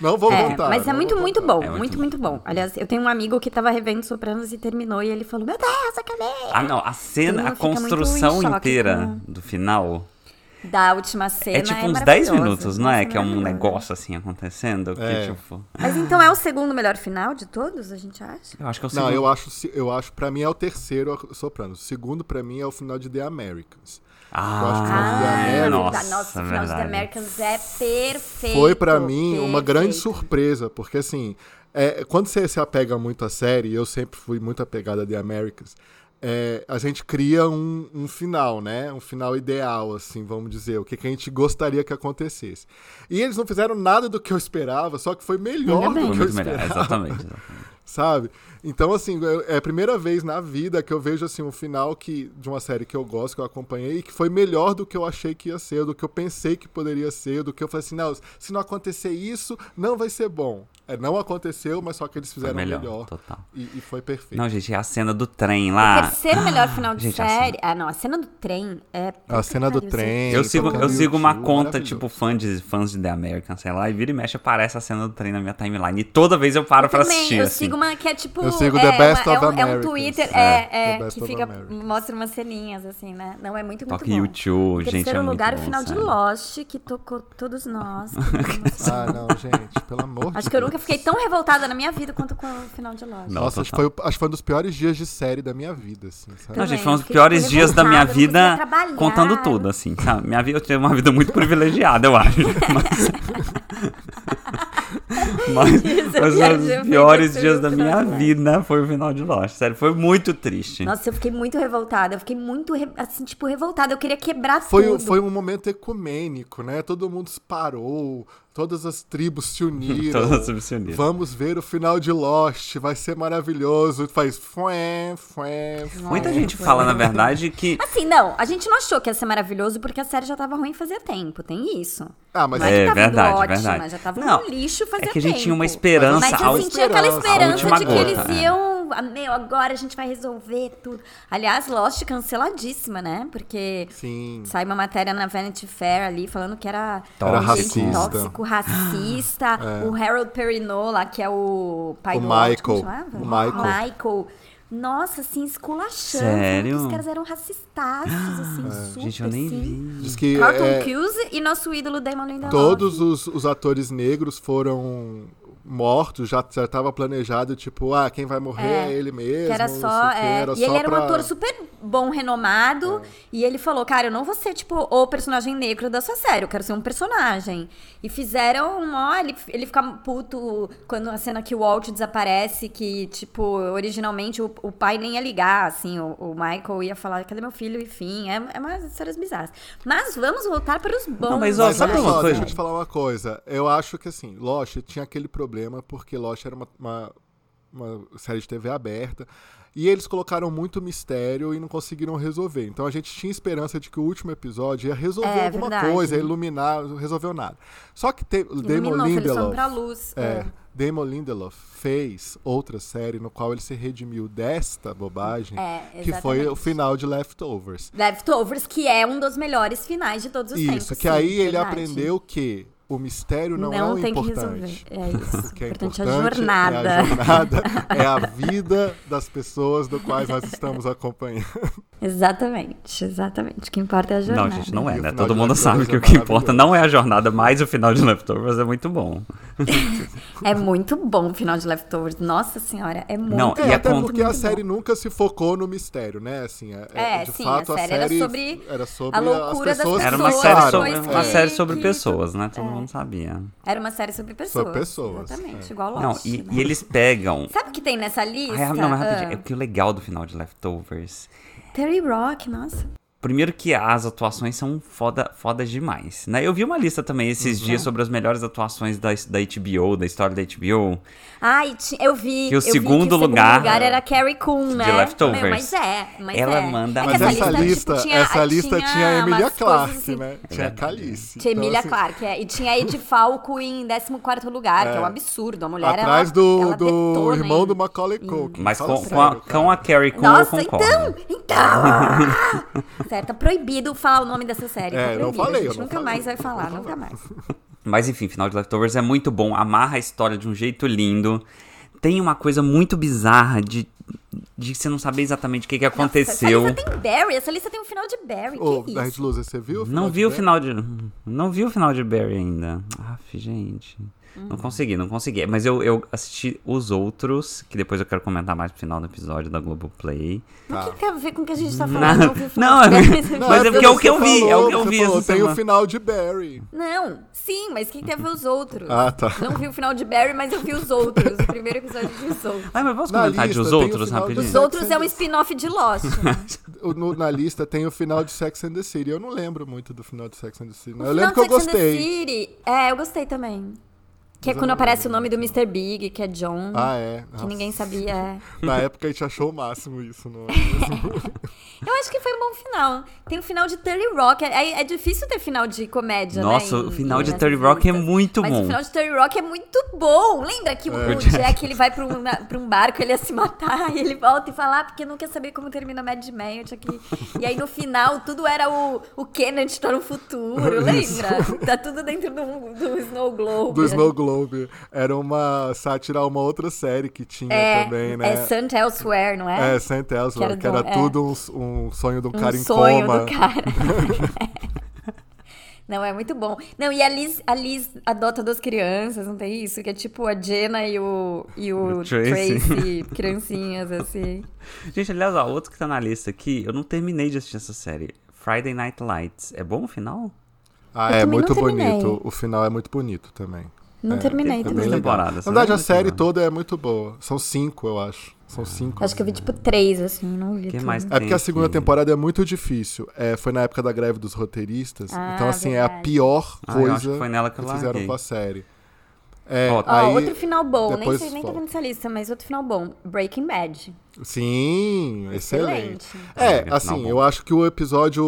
[SPEAKER 3] Não vou
[SPEAKER 1] É,
[SPEAKER 3] contar.
[SPEAKER 1] mas é
[SPEAKER 3] não
[SPEAKER 1] muito,
[SPEAKER 3] vou
[SPEAKER 1] muito
[SPEAKER 3] contar.
[SPEAKER 1] bom.
[SPEAKER 2] É muito
[SPEAKER 1] muito, muito bom. Aliás, eu tenho um amigo que tava revendo Sopranos e terminou e ele falou: Meu Deus, acabei!
[SPEAKER 2] Ah, não, a
[SPEAKER 1] Todo
[SPEAKER 2] cena, a
[SPEAKER 1] mundo fica muito em
[SPEAKER 2] construção
[SPEAKER 1] choque
[SPEAKER 2] inteira do final
[SPEAKER 1] Da última cena.
[SPEAKER 2] é tipo uns 10
[SPEAKER 1] maravilhosa,
[SPEAKER 2] minutos, não é?
[SPEAKER 1] nossa,
[SPEAKER 2] Que é um
[SPEAKER 1] maravilhosa.
[SPEAKER 2] negócio assim acontecendo. que,
[SPEAKER 3] É.
[SPEAKER 2] tipo,
[SPEAKER 1] Mas então é o segundo melhor final de todos, a gente acha?
[SPEAKER 2] eu acho que é o
[SPEAKER 3] Não,
[SPEAKER 2] segundo.
[SPEAKER 3] eu acho, se- eu acho, pra mim é o terceiro a- Sopranos. O segundo pra mim é o final de The Americans. eu acho que o final de The
[SPEAKER 2] Ah,
[SPEAKER 1] Ah, é
[SPEAKER 3] Americans-
[SPEAKER 1] verdade. nossa, o final de The
[SPEAKER 2] verdade.
[SPEAKER 1] Americans é perfeito.
[SPEAKER 3] Foi pra mim uma grande
[SPEAKER 1] perfeito.
[SPEAKER 3] surpresa, porque assim, é, quando você se apega muito à série, e eu sempre fui muito apegado a The Americans, é, a gente cria um, um final, né? Um final ideal, assim, vamos dizer, o que, que a gente gostaria que acontecesse. E eles não fizeram nada do que eu esperava, só que foi melhor
[SPEAKER 1] Ainda bem.
[SPEAKER 3] do
[SPEAKER 2] Foi
[SPEAKER 3] que eu
[SPEAKER 2] muito melhor,
[SPEAKER 3] esperava.
[SPEAKER 2] exatamente. exatamente.
[SPEAKER 3] sabe? Então, assim, eu- é a primeira vez na vida que eu vejo, assim, um final que, de uma série que eu gosto, que eu acompanhei, e que foi melhor do que eu achei que ia ser, do que eu pensei que poderia ser, do que eu falei assim, não, se não acontecer isso, não vai ser bom. É, não aconteceu, mas só que eles
[SPEAKER 2] Foi
[SPEAKER 3] fizeram
[SPEAKER 2] melhor,
[SPEAKER 3] melhor.
[SPEAKER 2] total.
[SPEAKER 3] E, e foi perfeito.
[SPEAKER 2] Não, gente, é a cena do trem
[SPEAKER 1] O
[SPEAKER 2] lá.
[SPEAKER 1] terceiro melhor final de
[SPEAKER 2] Ah. Gente, é a
[SPEAKER 1] série. Ah, não. A cena do trem é. Puta
[SPEAKER 3] a cena
[SPEAKER 1] que
[SPEAKER 3] do
[SPEAKER 1] pariu,
[SPEAKER 3] trem.
[SPEAKER 2] Eu sigo,
[SPEAKER 3] tocando
[SPEAKER 2] eu sigo uma
[SPEAKER 3] YouTube,
[SPEAKER 2] conta,
[SPEAKER 3] maravilhoso.
[SPEAKER 2] tipo, fã de, fãs de The American, sei lá, e vira e mexe aparece a cena do trem na minha timeline. E toda vez eu paro pra
[SPEAKER 1] Também,
[SPEAKER 2] assistir,
[SPEAKER 1] eu
[SPEAKER 2] assim.
[SPEAKER 1] sigo uma que é tipo.
[SPEAKER 3] Eu sigo
[SPEAKER 1] é,
[SPEAKER 3] The
[SPEAKER 1] uma- é
[SPEAKER 3] Best of
[SPEAKER 1] um, é um
[SPEAKER 3] Americans.
[SPEAKER 1] Twitter,
[SPEAKER 3] É,
[SPEAKER 1] é, é,
[SPEAKER 3] The Best
[SPEAKER 1] que
[SPEAKER 3] of
[SPEAKER 1] fica,
[SPEAKER 3] Americans.
[SPEAKER 1] mostra umas ceninhas, assim, né? Não, é muito, muito
[SPEAKER 2] Toque
[SPEAKER 1] bom.
[SPEAKER 2] YouTube,
[SPEAKER 1] Em
[SPEAKER 2] gente,
[SPEAKER 1] terceiro
[SPEAKER 2] é muito
[SPEAKER 1] lugar,
[SPEAKER 2] bom,
[SPEAKER 1] o final de
[SPEAKER 2] sério.
[SPEAKER 1] Lost, que tocou todos nós. que nos emocionou.
[SPEAKER 3] Ah, não, gente, pelo amor de
[SPEAKER 1] Acho que eu nunca
[SPEAKER 3] Deus.
[SPEAKER 1] fiquei tão revoltada na minha vida quanto com o final de Lost.
[SPEAKER 2] Não,
[SPEAKER 3] Nossa, acho que, foi, o- acho que foi um dos piores dias de série da minha vida, assim, sabe?
[SPEAKER 2] Não,
[SPEAKER 1] Também,
[SPEAKER 2] gente, foi um dos
[SPEAKER 1] fiquei
[SPEAKER 2] piores dias da minha
[SPEAKER 1] revoltada, eu não
[SPEAKER 2] vida
[SPEAKER 1] conseguia trabalhar.
[SPEAKER 2] contando tudo, assim, sabe? Minha vida, eu tive uma vida muito privilegiada, eu acho. Mas, mas,
[SPEAKER 1] Isso, viajou,
[SPEAKER 2] mas um
[SPEAKER 1] foi
[SPEAKER 2] dos
[SPEAKER 1] muito
[SPEAKER 2] piores
[SPEAKER 1] tudo
[SPEAKER 2] dias da
[SPEAKER 1] no
[SPEAKER 2] minha
[SPEAKER 1] final de Lost.
[SPEAKER 2] vida foi o final de Lost, sério. Foi muito triste.
[SPEAKER 1] Nossa, eu fiquei muito revoltada. Eu fiquei muito, re- assim, tipo, revoltada. Eu queria quebrar
[SPEAKER 3] Foi,
[SPEAKER 1] tudo.
[SPEAKER 3] um- foi um momento ecumênico, né? Todo mundo se parou, todas as tribos se uniram.
[SPEAKER 2] Todas as tribos se uniram.
[SPEAKER 3] Vamos ver o final de Lost, vai ser maravilhoso. Faz fué, fué, fué.
[SPEAKER 2] Muita
[SPEAKER 1] Ai,
[SPEAKER 2] gente
[SPEAKER 1] foi.
[SPEAKER 3] um
[SPEAKER 2] fala, na verdade, que...
[SPEAKER 1] Assim, não, a gente não achou que ia ser maravilhoso porque a série já tava ruim fazia tempo, tem isso.
[SPEAKER 3] Ah, mas
[SPEAKER 1] Não
[SPEAKER 2] É,
[SPEAKER 1] que tava
[SPEAKER 2] verdade,
[SPEAKER 1] ótima,
[SPEAKER 2] verdade.
[SPEAKER 1] já tava
[SPEAKER 2] Não,
[SPEAKER 1] um lixo fazia
[SPEAKER 2] é
[SPEAKER 1] tempo.
[SPEAKER 2] que a gente tinha uma esperança,
[SPEAKER 1] Mas
[SPEAKER 2] a
[SPEAKER 1] eu
[SPEAKER 2] última
[SPEAKER 1] sentia aquela
[SPEAKER 3] esperança, a
[SPEAKER 1] esperança
[SPEAKER 2] última
[SPEAKER 1] de que
[SPEAKER 2] gota,
[SPEAKER 1] eles
[SPEAKER 2] é.
[SPEAKER 1] iam. ah, Meu, agora a gente vai resolver tudo. Aliás, Lost canceladíssima, né? Porque
[SPEAKER 3] Sim.
[SPEAKER 1] Sai uma matéria na Vanity Fair ali falando que era,
[SPEAKER 2] Era
[SPEAKER 1] um jeito
[SPEAKER 2] racista.
[SPEAKER 1] tóxico, racista. O Harold Perrineau lá, que é o pai
[SPEAKER 3] É. O
[SPEAKER 1] do Walt,
[SPEAKER 3] Michael.
[SPEAKER 1] como chamava?
[SPEAKER 3] O Michael.
[SPEAKER 1] Michael. Nossa, assim, esculachando.
[SPEAKER 2] Sério?
[SPEAKER 1] falando que Os caras eram racistaços, assim, super,
[SPEAKER 2] Gente, eu nem
[SPEAKER 1] sim.
[SPEAKER 2] vi.
[SPEAKER 3] Diz que
[SPEAKER 1] Carlton
[SPEAKER 3] é,
[SPEAKER 1] Cuse e nosso ídolo Damon Lindelof.
[SPEAKER 3] todos os, os atores negros foram mortos, já já estava planejado, tipo, ah, quem vai morrer é, ele mesmo.
[SPEAKER 1] Que era
[SPEAKER 3] não
[SPEAKER 1] só.
[SPEAKER 3] sei o quê,
[SPEAKER 1] é,
[SPEAKER 3] era
[SPEAKER 1] e ele
[SPEAKER 3] só
[SPEAKER 1] era um
[SPEAKER 3] pra- É.
[SPEAKER 1] ator super bom, renomado. E ele falou: Cara, eu não vou ser, tipo, o personagem negro da sua série, eu quero ser um personagem. E fizeram. um, Ó, ele, ele fica puto quando a cena que o Walt desaparece, que, tipo, originalmente o, o pai nem ia ligar, assim, o, o Michael ia falar: Cadê meu filho? Enfim, é, é umas histórias bizarras. Mas vamos voltar para os bons. né?
[SPEAKER 2] mas, ó,
[SPEAKER 3] Mas
[SPEAKER 2] Ah, sabe
[SPEAKER 3] olha
[SPEAKER 2] uma
[SPEAKER 3] só,
[SPEAKER 2] coisa?
[SPEAKER 3] deixa eu te falar uma coisa. Eu acho que assim, Lost tinha aquele problema porque Lost era uma, uma- uma série de TV aberta e eles colocaram muito mistério e não conseguiram resolver. Então a gente tinha esperança de que o último episódio ia resolver
[SPEAKER 1] É,
[SPEAKER 3] alguma
[SPEAKER 1] verdade.
[SPEAKER 3] coisa, ia iluminar, não resolveu nada. Só que te, Damon
[SPEAKER 1] Iluminou, eles foram
[SPEAKER 3] Lindelof,
[SPEAKER 1] pra luz.
[SPEAKER 3] é, Damon Lindelof fez outra série no qual ele se redimiu desta bobagem,
[SPEAKER 1] É,
[SPEAKER 3] que foi o
[SPEAKER 1] exatamente.
[SPEAKER 3] final de Leftovers.
[SPEAKER 1] Leftovers, que é um dos melhores finais de todos os tempos.
[SPEAKER 3] Isso,
[SPEAKER 1] sim,
[SPEAKER 3] que aí ele
[SPEAKER 1] verdade.
[SPEAKER 3] aprendeu que o mistério não, é o
[SPEAKER 1] tem
[SPEAKER 3] importante.
[SPEAKER 1] que resolver. É isso.
[SPEAKER 3] O que é
[SPEAKER 1] importante,
[SPEAKER 3] importante
[SPEAKER 1] é a jornada.
[SPEAKER 3] É a jornada, é a vida das pessoas do quais nós estamos acompanhando.
[SPEAKER 1] exatamente, exatamente. O que importa é a jornada.
[SPEAKER 2] Não, gente, não
[SPEAKER 3] E
[SPEAKER 2] é,
[SPEAKER 3] o
[SPEAKER 2] né?
[SPEAKER 3] final
[SPEAKER 2] Todo
[SPEAKER 3] de
[SPEAKER 2] mundo
[SPEAKER 3] Leftovers
[SPEAKER 2] sabe
[SPEAKER 3] é
[SPEAKER 2] que o que
[SPEAKER 3] maravilhoso.
[SPEAKER 2] importa não é a jornada, mas o final de Leftovers é muito bom.
[SPEAKER 1] É muito bom o final de Leftovers. Nossa senhora, é muito
[SPEAKER 2] Não,
[SPEAKER 1] bom.
[SPEAKER 2] e
[SPEAKER 3] É,
[SPEAKER 2] a
[SPEAKER 3] até
[SPEAKER 2] conta-
[SPEAKER 3] porque a
[SPEAKER 1] muito bom.
[SPEAKER 3] série nunca se focou no mistério, né? Assim, é,
[SPEAKER 1] É,
[SPEAKER 3] de
[SPEAKER 1] sim,
[SPEAKER 3] fato
[SPEAKER 1] a série era sobre
[SPEAKER 3] era sobre
[SPEAKER 1] a loucura das
[SPEAKER 3] as pessoas que
[SPEAKER 2] Era uma
[SPEAKER 1] Pessoas,
[SPEAKER 2] série
[SPEAKER 1] depois
[SPEAKER 3] ficaram,
[SPEAKER 2] sobre,
[SPEAKER 1] que-
[SPEAKER 2] uma série sobre
[SPEAKER 1] que- É.
[SPEAKER 2] pessoas, né? Todo mundo sabia.
[SPEAKER 1] Era uma série sobre pessoas.
[SPEAKER 3] Sobre pessoas, é.
[SPEAKER 1] Exatamente, igual
[SPEAKER 2] Não,
[SPEAKER 1] Lost.
[SPEAKER 2] e,
[SPEAKER 1] né?
[SPEAKER 2] e eles pegam.
[SPEAKER 1] Sabe o que tem nessa lista?
[SPEAKER 2] Ah, não, mas rapidinho.
[SPEAKER 1] Ah,
[SPEAKER 2] É porque o legal do final de Leftovers
[SPEAKER 1] Terry Rock, nossa.
[SPEAKER 2] Primeiro que as atuações são foda, fodas demais, né? Eu vi uma lista também esses dias sobre as melhores atuações da, da HBO, da história da HBO.
[SPEAKER 1] Ai, ti- eu vi.
[SPEAKER 2] Que o
[SPEAKER 1] eu vi
[SPEAKER 2] segundo
[SPEAKER 1] que o
[SPEAKER 2] lugar-
[SPEAKER 1] segundo lugar era Carrie Coon, né?
[SPEAKER 2] Leftovers.
[SPEAKER 1] Meu, mas é, mas
[SPEAKER 2] Ela
[SPEAKER 1] é.
[SPEAKER 2] manda-
[SPEAKER 1] É que
[SPEAKER 3] Mas
[SPEAKER 2] essa
[SPEAKER 3] essa
[SPEAKER 2] lista,
[SPEAKER 3] lista,
[SPEAKER 1] tipo, tinha,
[SPEAKER 3] essa lista tinha, a Emilia
[SPEAKER 1] umas coisas
[SPEAKER 3] Clarke,
[SPEAKER 1] assim,
[SPEAKER 3] né? Tinha a Calice.
[SPEAKER 1] Tinha
[SPEAKER 3] Então,
[SPEAKER 1] Emília
[SPEAKER 3] assim,
[SPEAKER 1] Clarke, é. E tinha Ed Falco em 14 lugar, que é um absurdo. A mulher
[SPEAKER 3] Atrás
[SPEAKER 1] ela,
[SPEAKER 3] do,
[SPEAKER 1] ela
[SPEAKER 3] do
[SPEAKER 1] detona,
[SPEAKER 3] irmão
[SPEAKER 1] hein? Hum.
[SPEAKER 3] do Macaulay Culkin.
[SPEAKER 2] Mas
[SPEAKER 3] Fala
[SPEAKER 2] com, com,
[SPEAKER 3] sério,
[SPEAKER 2] a,
[SPEAKER 3] cara.
[SPEAKER 2] com a Carrie Coon eu
[SPEAKER 1] Nossa,
[SPEAKER 2] concordo.
[SPEAKER 1] então! Então! certo, tá proibido falar o nome dessa série. tá
[SPEAKER 3] É, não
[SPEAKER 1] proibido.
[SPEAKER 3] falei,
[SPEAKER 1] A
[SPEAKER 3] eu
[SPEAKER 1] gente
[SPEAKER 3] não
[SPEAKER 1] nunca
[SPEAKER 3] falei.
[SPEAKER 1] mais vai falar, nunca mais.
[SPEAKER 2] Mas enfim, final de Leftovers é muito bom, amarra a história de um jeito lindo. Tem uma coisa muito bizarra de, de você não saber exatamente o que, que aconteceu.
[SPEAKER 1] Essa lista tem Barry, essa lista tem um final de Barry.
[SPEAKER 3] Ô,
[SPEAKER 1] que
[SPEAKER 3] da Red
[SPEAKER 1] isso?
[SPEAKER 3] Loser, você viu?
[SPEAKER 2] Não
[SPEAKER 3] de
[SPEAKER 2] vi o
[SPEAKER 3] Barry?
[SPEAKER 2] final de. Não vi o final de Barry ainda. Aff, gente. Não consegui, não consegui. Mas eu, eu assisti os outros, que depois eu quero comentar mais pro final do episódio da Globoplay.
[SPEAKER 1] O que tem a ver com o que a gente tá
[SPEAKER 2] Não,
[SPEAKER 1] falando? Não, ouvi o final
[SPEAKER 2] não,
[SPEAKER 1] de Barry,
[SPEAKER 2] mas-
[SPEAKER 1] você viu?
[SPEAKER 2] não, é porque é o que eu
[SPEAKER 3] você
[SPEAKER 2] vi, é o que eu
[SPEAKER 3] você
[SPEAKER 2] vi
[SPEAKER 3] falou,
[SPEAKER 2] essa
[SPEAKER 3] tem
[SPEAKER 2] semana.
[SPEAKER 3] o final de Barry.
[SPEAKER 1] Não, sim, mas quem teve os outros?
[SPEAKER 3] Ah, tá.
[SPEAKER 1] Não vi o final de Barry, mas eu vi os outros. O primeiro episódio de os outros.
[SPEAKER 2] Ah, mas posso
[SPEAKER 3] Na
[SPEAKER 2] comentar de
[SPEAKER 3] lista,
[SPEAKER 2] os
[SPEAKER 3] tem o
[SPEAKER 2] outros
[SPEAKER 3] final
[SPEAKER 2] rapidinho?
[SPEAKER 1] Os
[SPEAKER 3] Sex
[SPEAKER 1] outros é
[SPEAKER 3] and
[SPEAKER 1] um
[SPEAKER 3] the-
[SPEAKER 1] spin-off de Lost. né?
[SPEAKER 3] O- no- na lista tem o final de Sex and the City. Eu não lembro muito do final de Sex and the City. não. Eu
[SPEAKER 1] Não,
[SPEAKER 3] lembro que eu
[SPEAKER 1] Sex and the
[SPEAKER 3] gostei.
[SPEAKER 1] City, é, eu gostei também. Que é quando aparece o nome do Mr. Big, que é John.
[SPEAKER 3] Ah, é.
[SPEAKER 1] Que
[SPEAKER 3] Nossa.
[SPEAKER 1] ninguém sabia. é.
[SPEAKER 3] Na época a gente achou o máximo isso, não é?
[SPEAKER 1] Eu acho que foi um bom final. Tem o final de 30 Rock. É, é- é difícil ter final de comédia,
[SPEAKER 2] Nossa,
[SPEAKER 1] né?
[SPEAKER 2] o
[SPEAKER 1] em-
[SPEAKER 2] final de
[SPEAKER 1] nessas
[SPEAKER 2] 30 Rock é
[SPEAKER 1] listas.
[SPEAKER 2] muito
[SPEAKER 1] Mas o
[SPEAKER 2] bom.
[SPEAKER 1] final de 30 Rock é muito bom. Lembra que o,
[SPEAKER 3] É.
[SPEAKER 1] o Jack ele vai pra um, na- pra um barco, ele ia se matar, e ele volta e fala, ah, porque não quer saber como termina Mad Men. Eu tinha que... E aí no final tudo era o, o Kennedy tá no futuro, lembra? Tá tudo dentro do, do Snow Globe.
[SPEAKER 3] Do Snow Globe. Era uma sátira a uma outra série que tinha
[SPEAKER 1] é,
[SPEAKER 3] também, né?
[SPEAKER 1] é Sant Elsewhere, não é?
[SPEAKER 3] É, Saint Elsewhere,
[SPEAKER 1] Que era
[SPEAKER 3] que era
[SPEAKER 1] do- é.
[SPEAKER 3] tudo um, s- um sonho de um, cara em
[SPEAKER 1] um sonho do
[SPEAKER 3] coma.
[SPEAKER 1] cara. Não, é muito bom. Não, e a Liz, a Liz adota duas crianças, não tem isso? Que é tipo a Jenna e o, e o,
[SPEAKER 2] O Tracy.
[SPEAKER 1] Tracy. criancinhas, assim.
[SPEAKER 2] Gente, aliás, ó, outro que tá na lista aqui, eu não terminei de assistir essa série. Friday Night Lights. É bom o final?
[SPEAKER 3] Ah,
[SPEAKER 1] Eu
[SPEAKER 3] é
[SPEAKER 1] também
[SPEAKER 3] muito
[SPEAKER 1] não terminei.
[SPEAKER 3] bonito. O final é muito bonito também.
[SPEAKER 1] Não terminei
[SPEAKER 2] é
[SPEAKER 3] É
[SPEAKER 1] também.
[SPEAKER 3] bem
[SPEAKER 2] Duas
[SPEAKER 3] legal. Na
[SPEAKER 2] temporadas, né?
[SPEAKER 3] verdade, a
[SPEAKER 2] Duas
[SPEAKER 3] série
[SPEAKER 2] temporadas.
[SPEAKER 3] toda é muito boa. São cinco, eu acho. São cinco.
[SPEAKER 1] Acho que eu vi tipo três, assim, não vi
[SPEAKER 2] Que
[SPEAKER 1] tudo.
[SPEAKER 2] mais?
[SPEAKER 3] É porque
[SPEAKER 2] Tem
[SPEAKER 3] a segunda
[SPEAKER 2] aqui.
[SPEAKER 3] temporada é muito difícil. É, foi na época da greve dos roteiristas.
[SPEAKER 1] Ah,
[SPEAKER 3] então, assim, é a
[SPEAKER 1] verdade.
[SPEAKER 3] pior
[SPEAKER 2] Ah, eu
[SPEAKER 3] coisa
[SPEAKER 2] acho que foi nela que eu
[SPEAKER 3] fizeram
[SPEAKER 2] larguei.
[SPEAKER 3] com a série. É,
[SPEAKER 2] Ó, tá
[SPEAKER 1] Ó,
[SPEAKER 3] aí-
[SPEAKER 1] outro final bom. Nem
[SPEAKER 3] depois
[SPEAKER 1] sei, nem
[SPEAKER 3] volta.
[SPEAKER 1] tava nessa lista, mas outro final bom. Breaking Bad.
[SPEAKER 3] Sim, excelente.
[SPEAKER 1] Excelente.
[SPEAKER 3] É,
[SPEAKER 2] Não,
[SPEAKER 3] assim,
[SPEAKER 2] Tá, bom.
[SPEAKER 3] eu acho que o episódio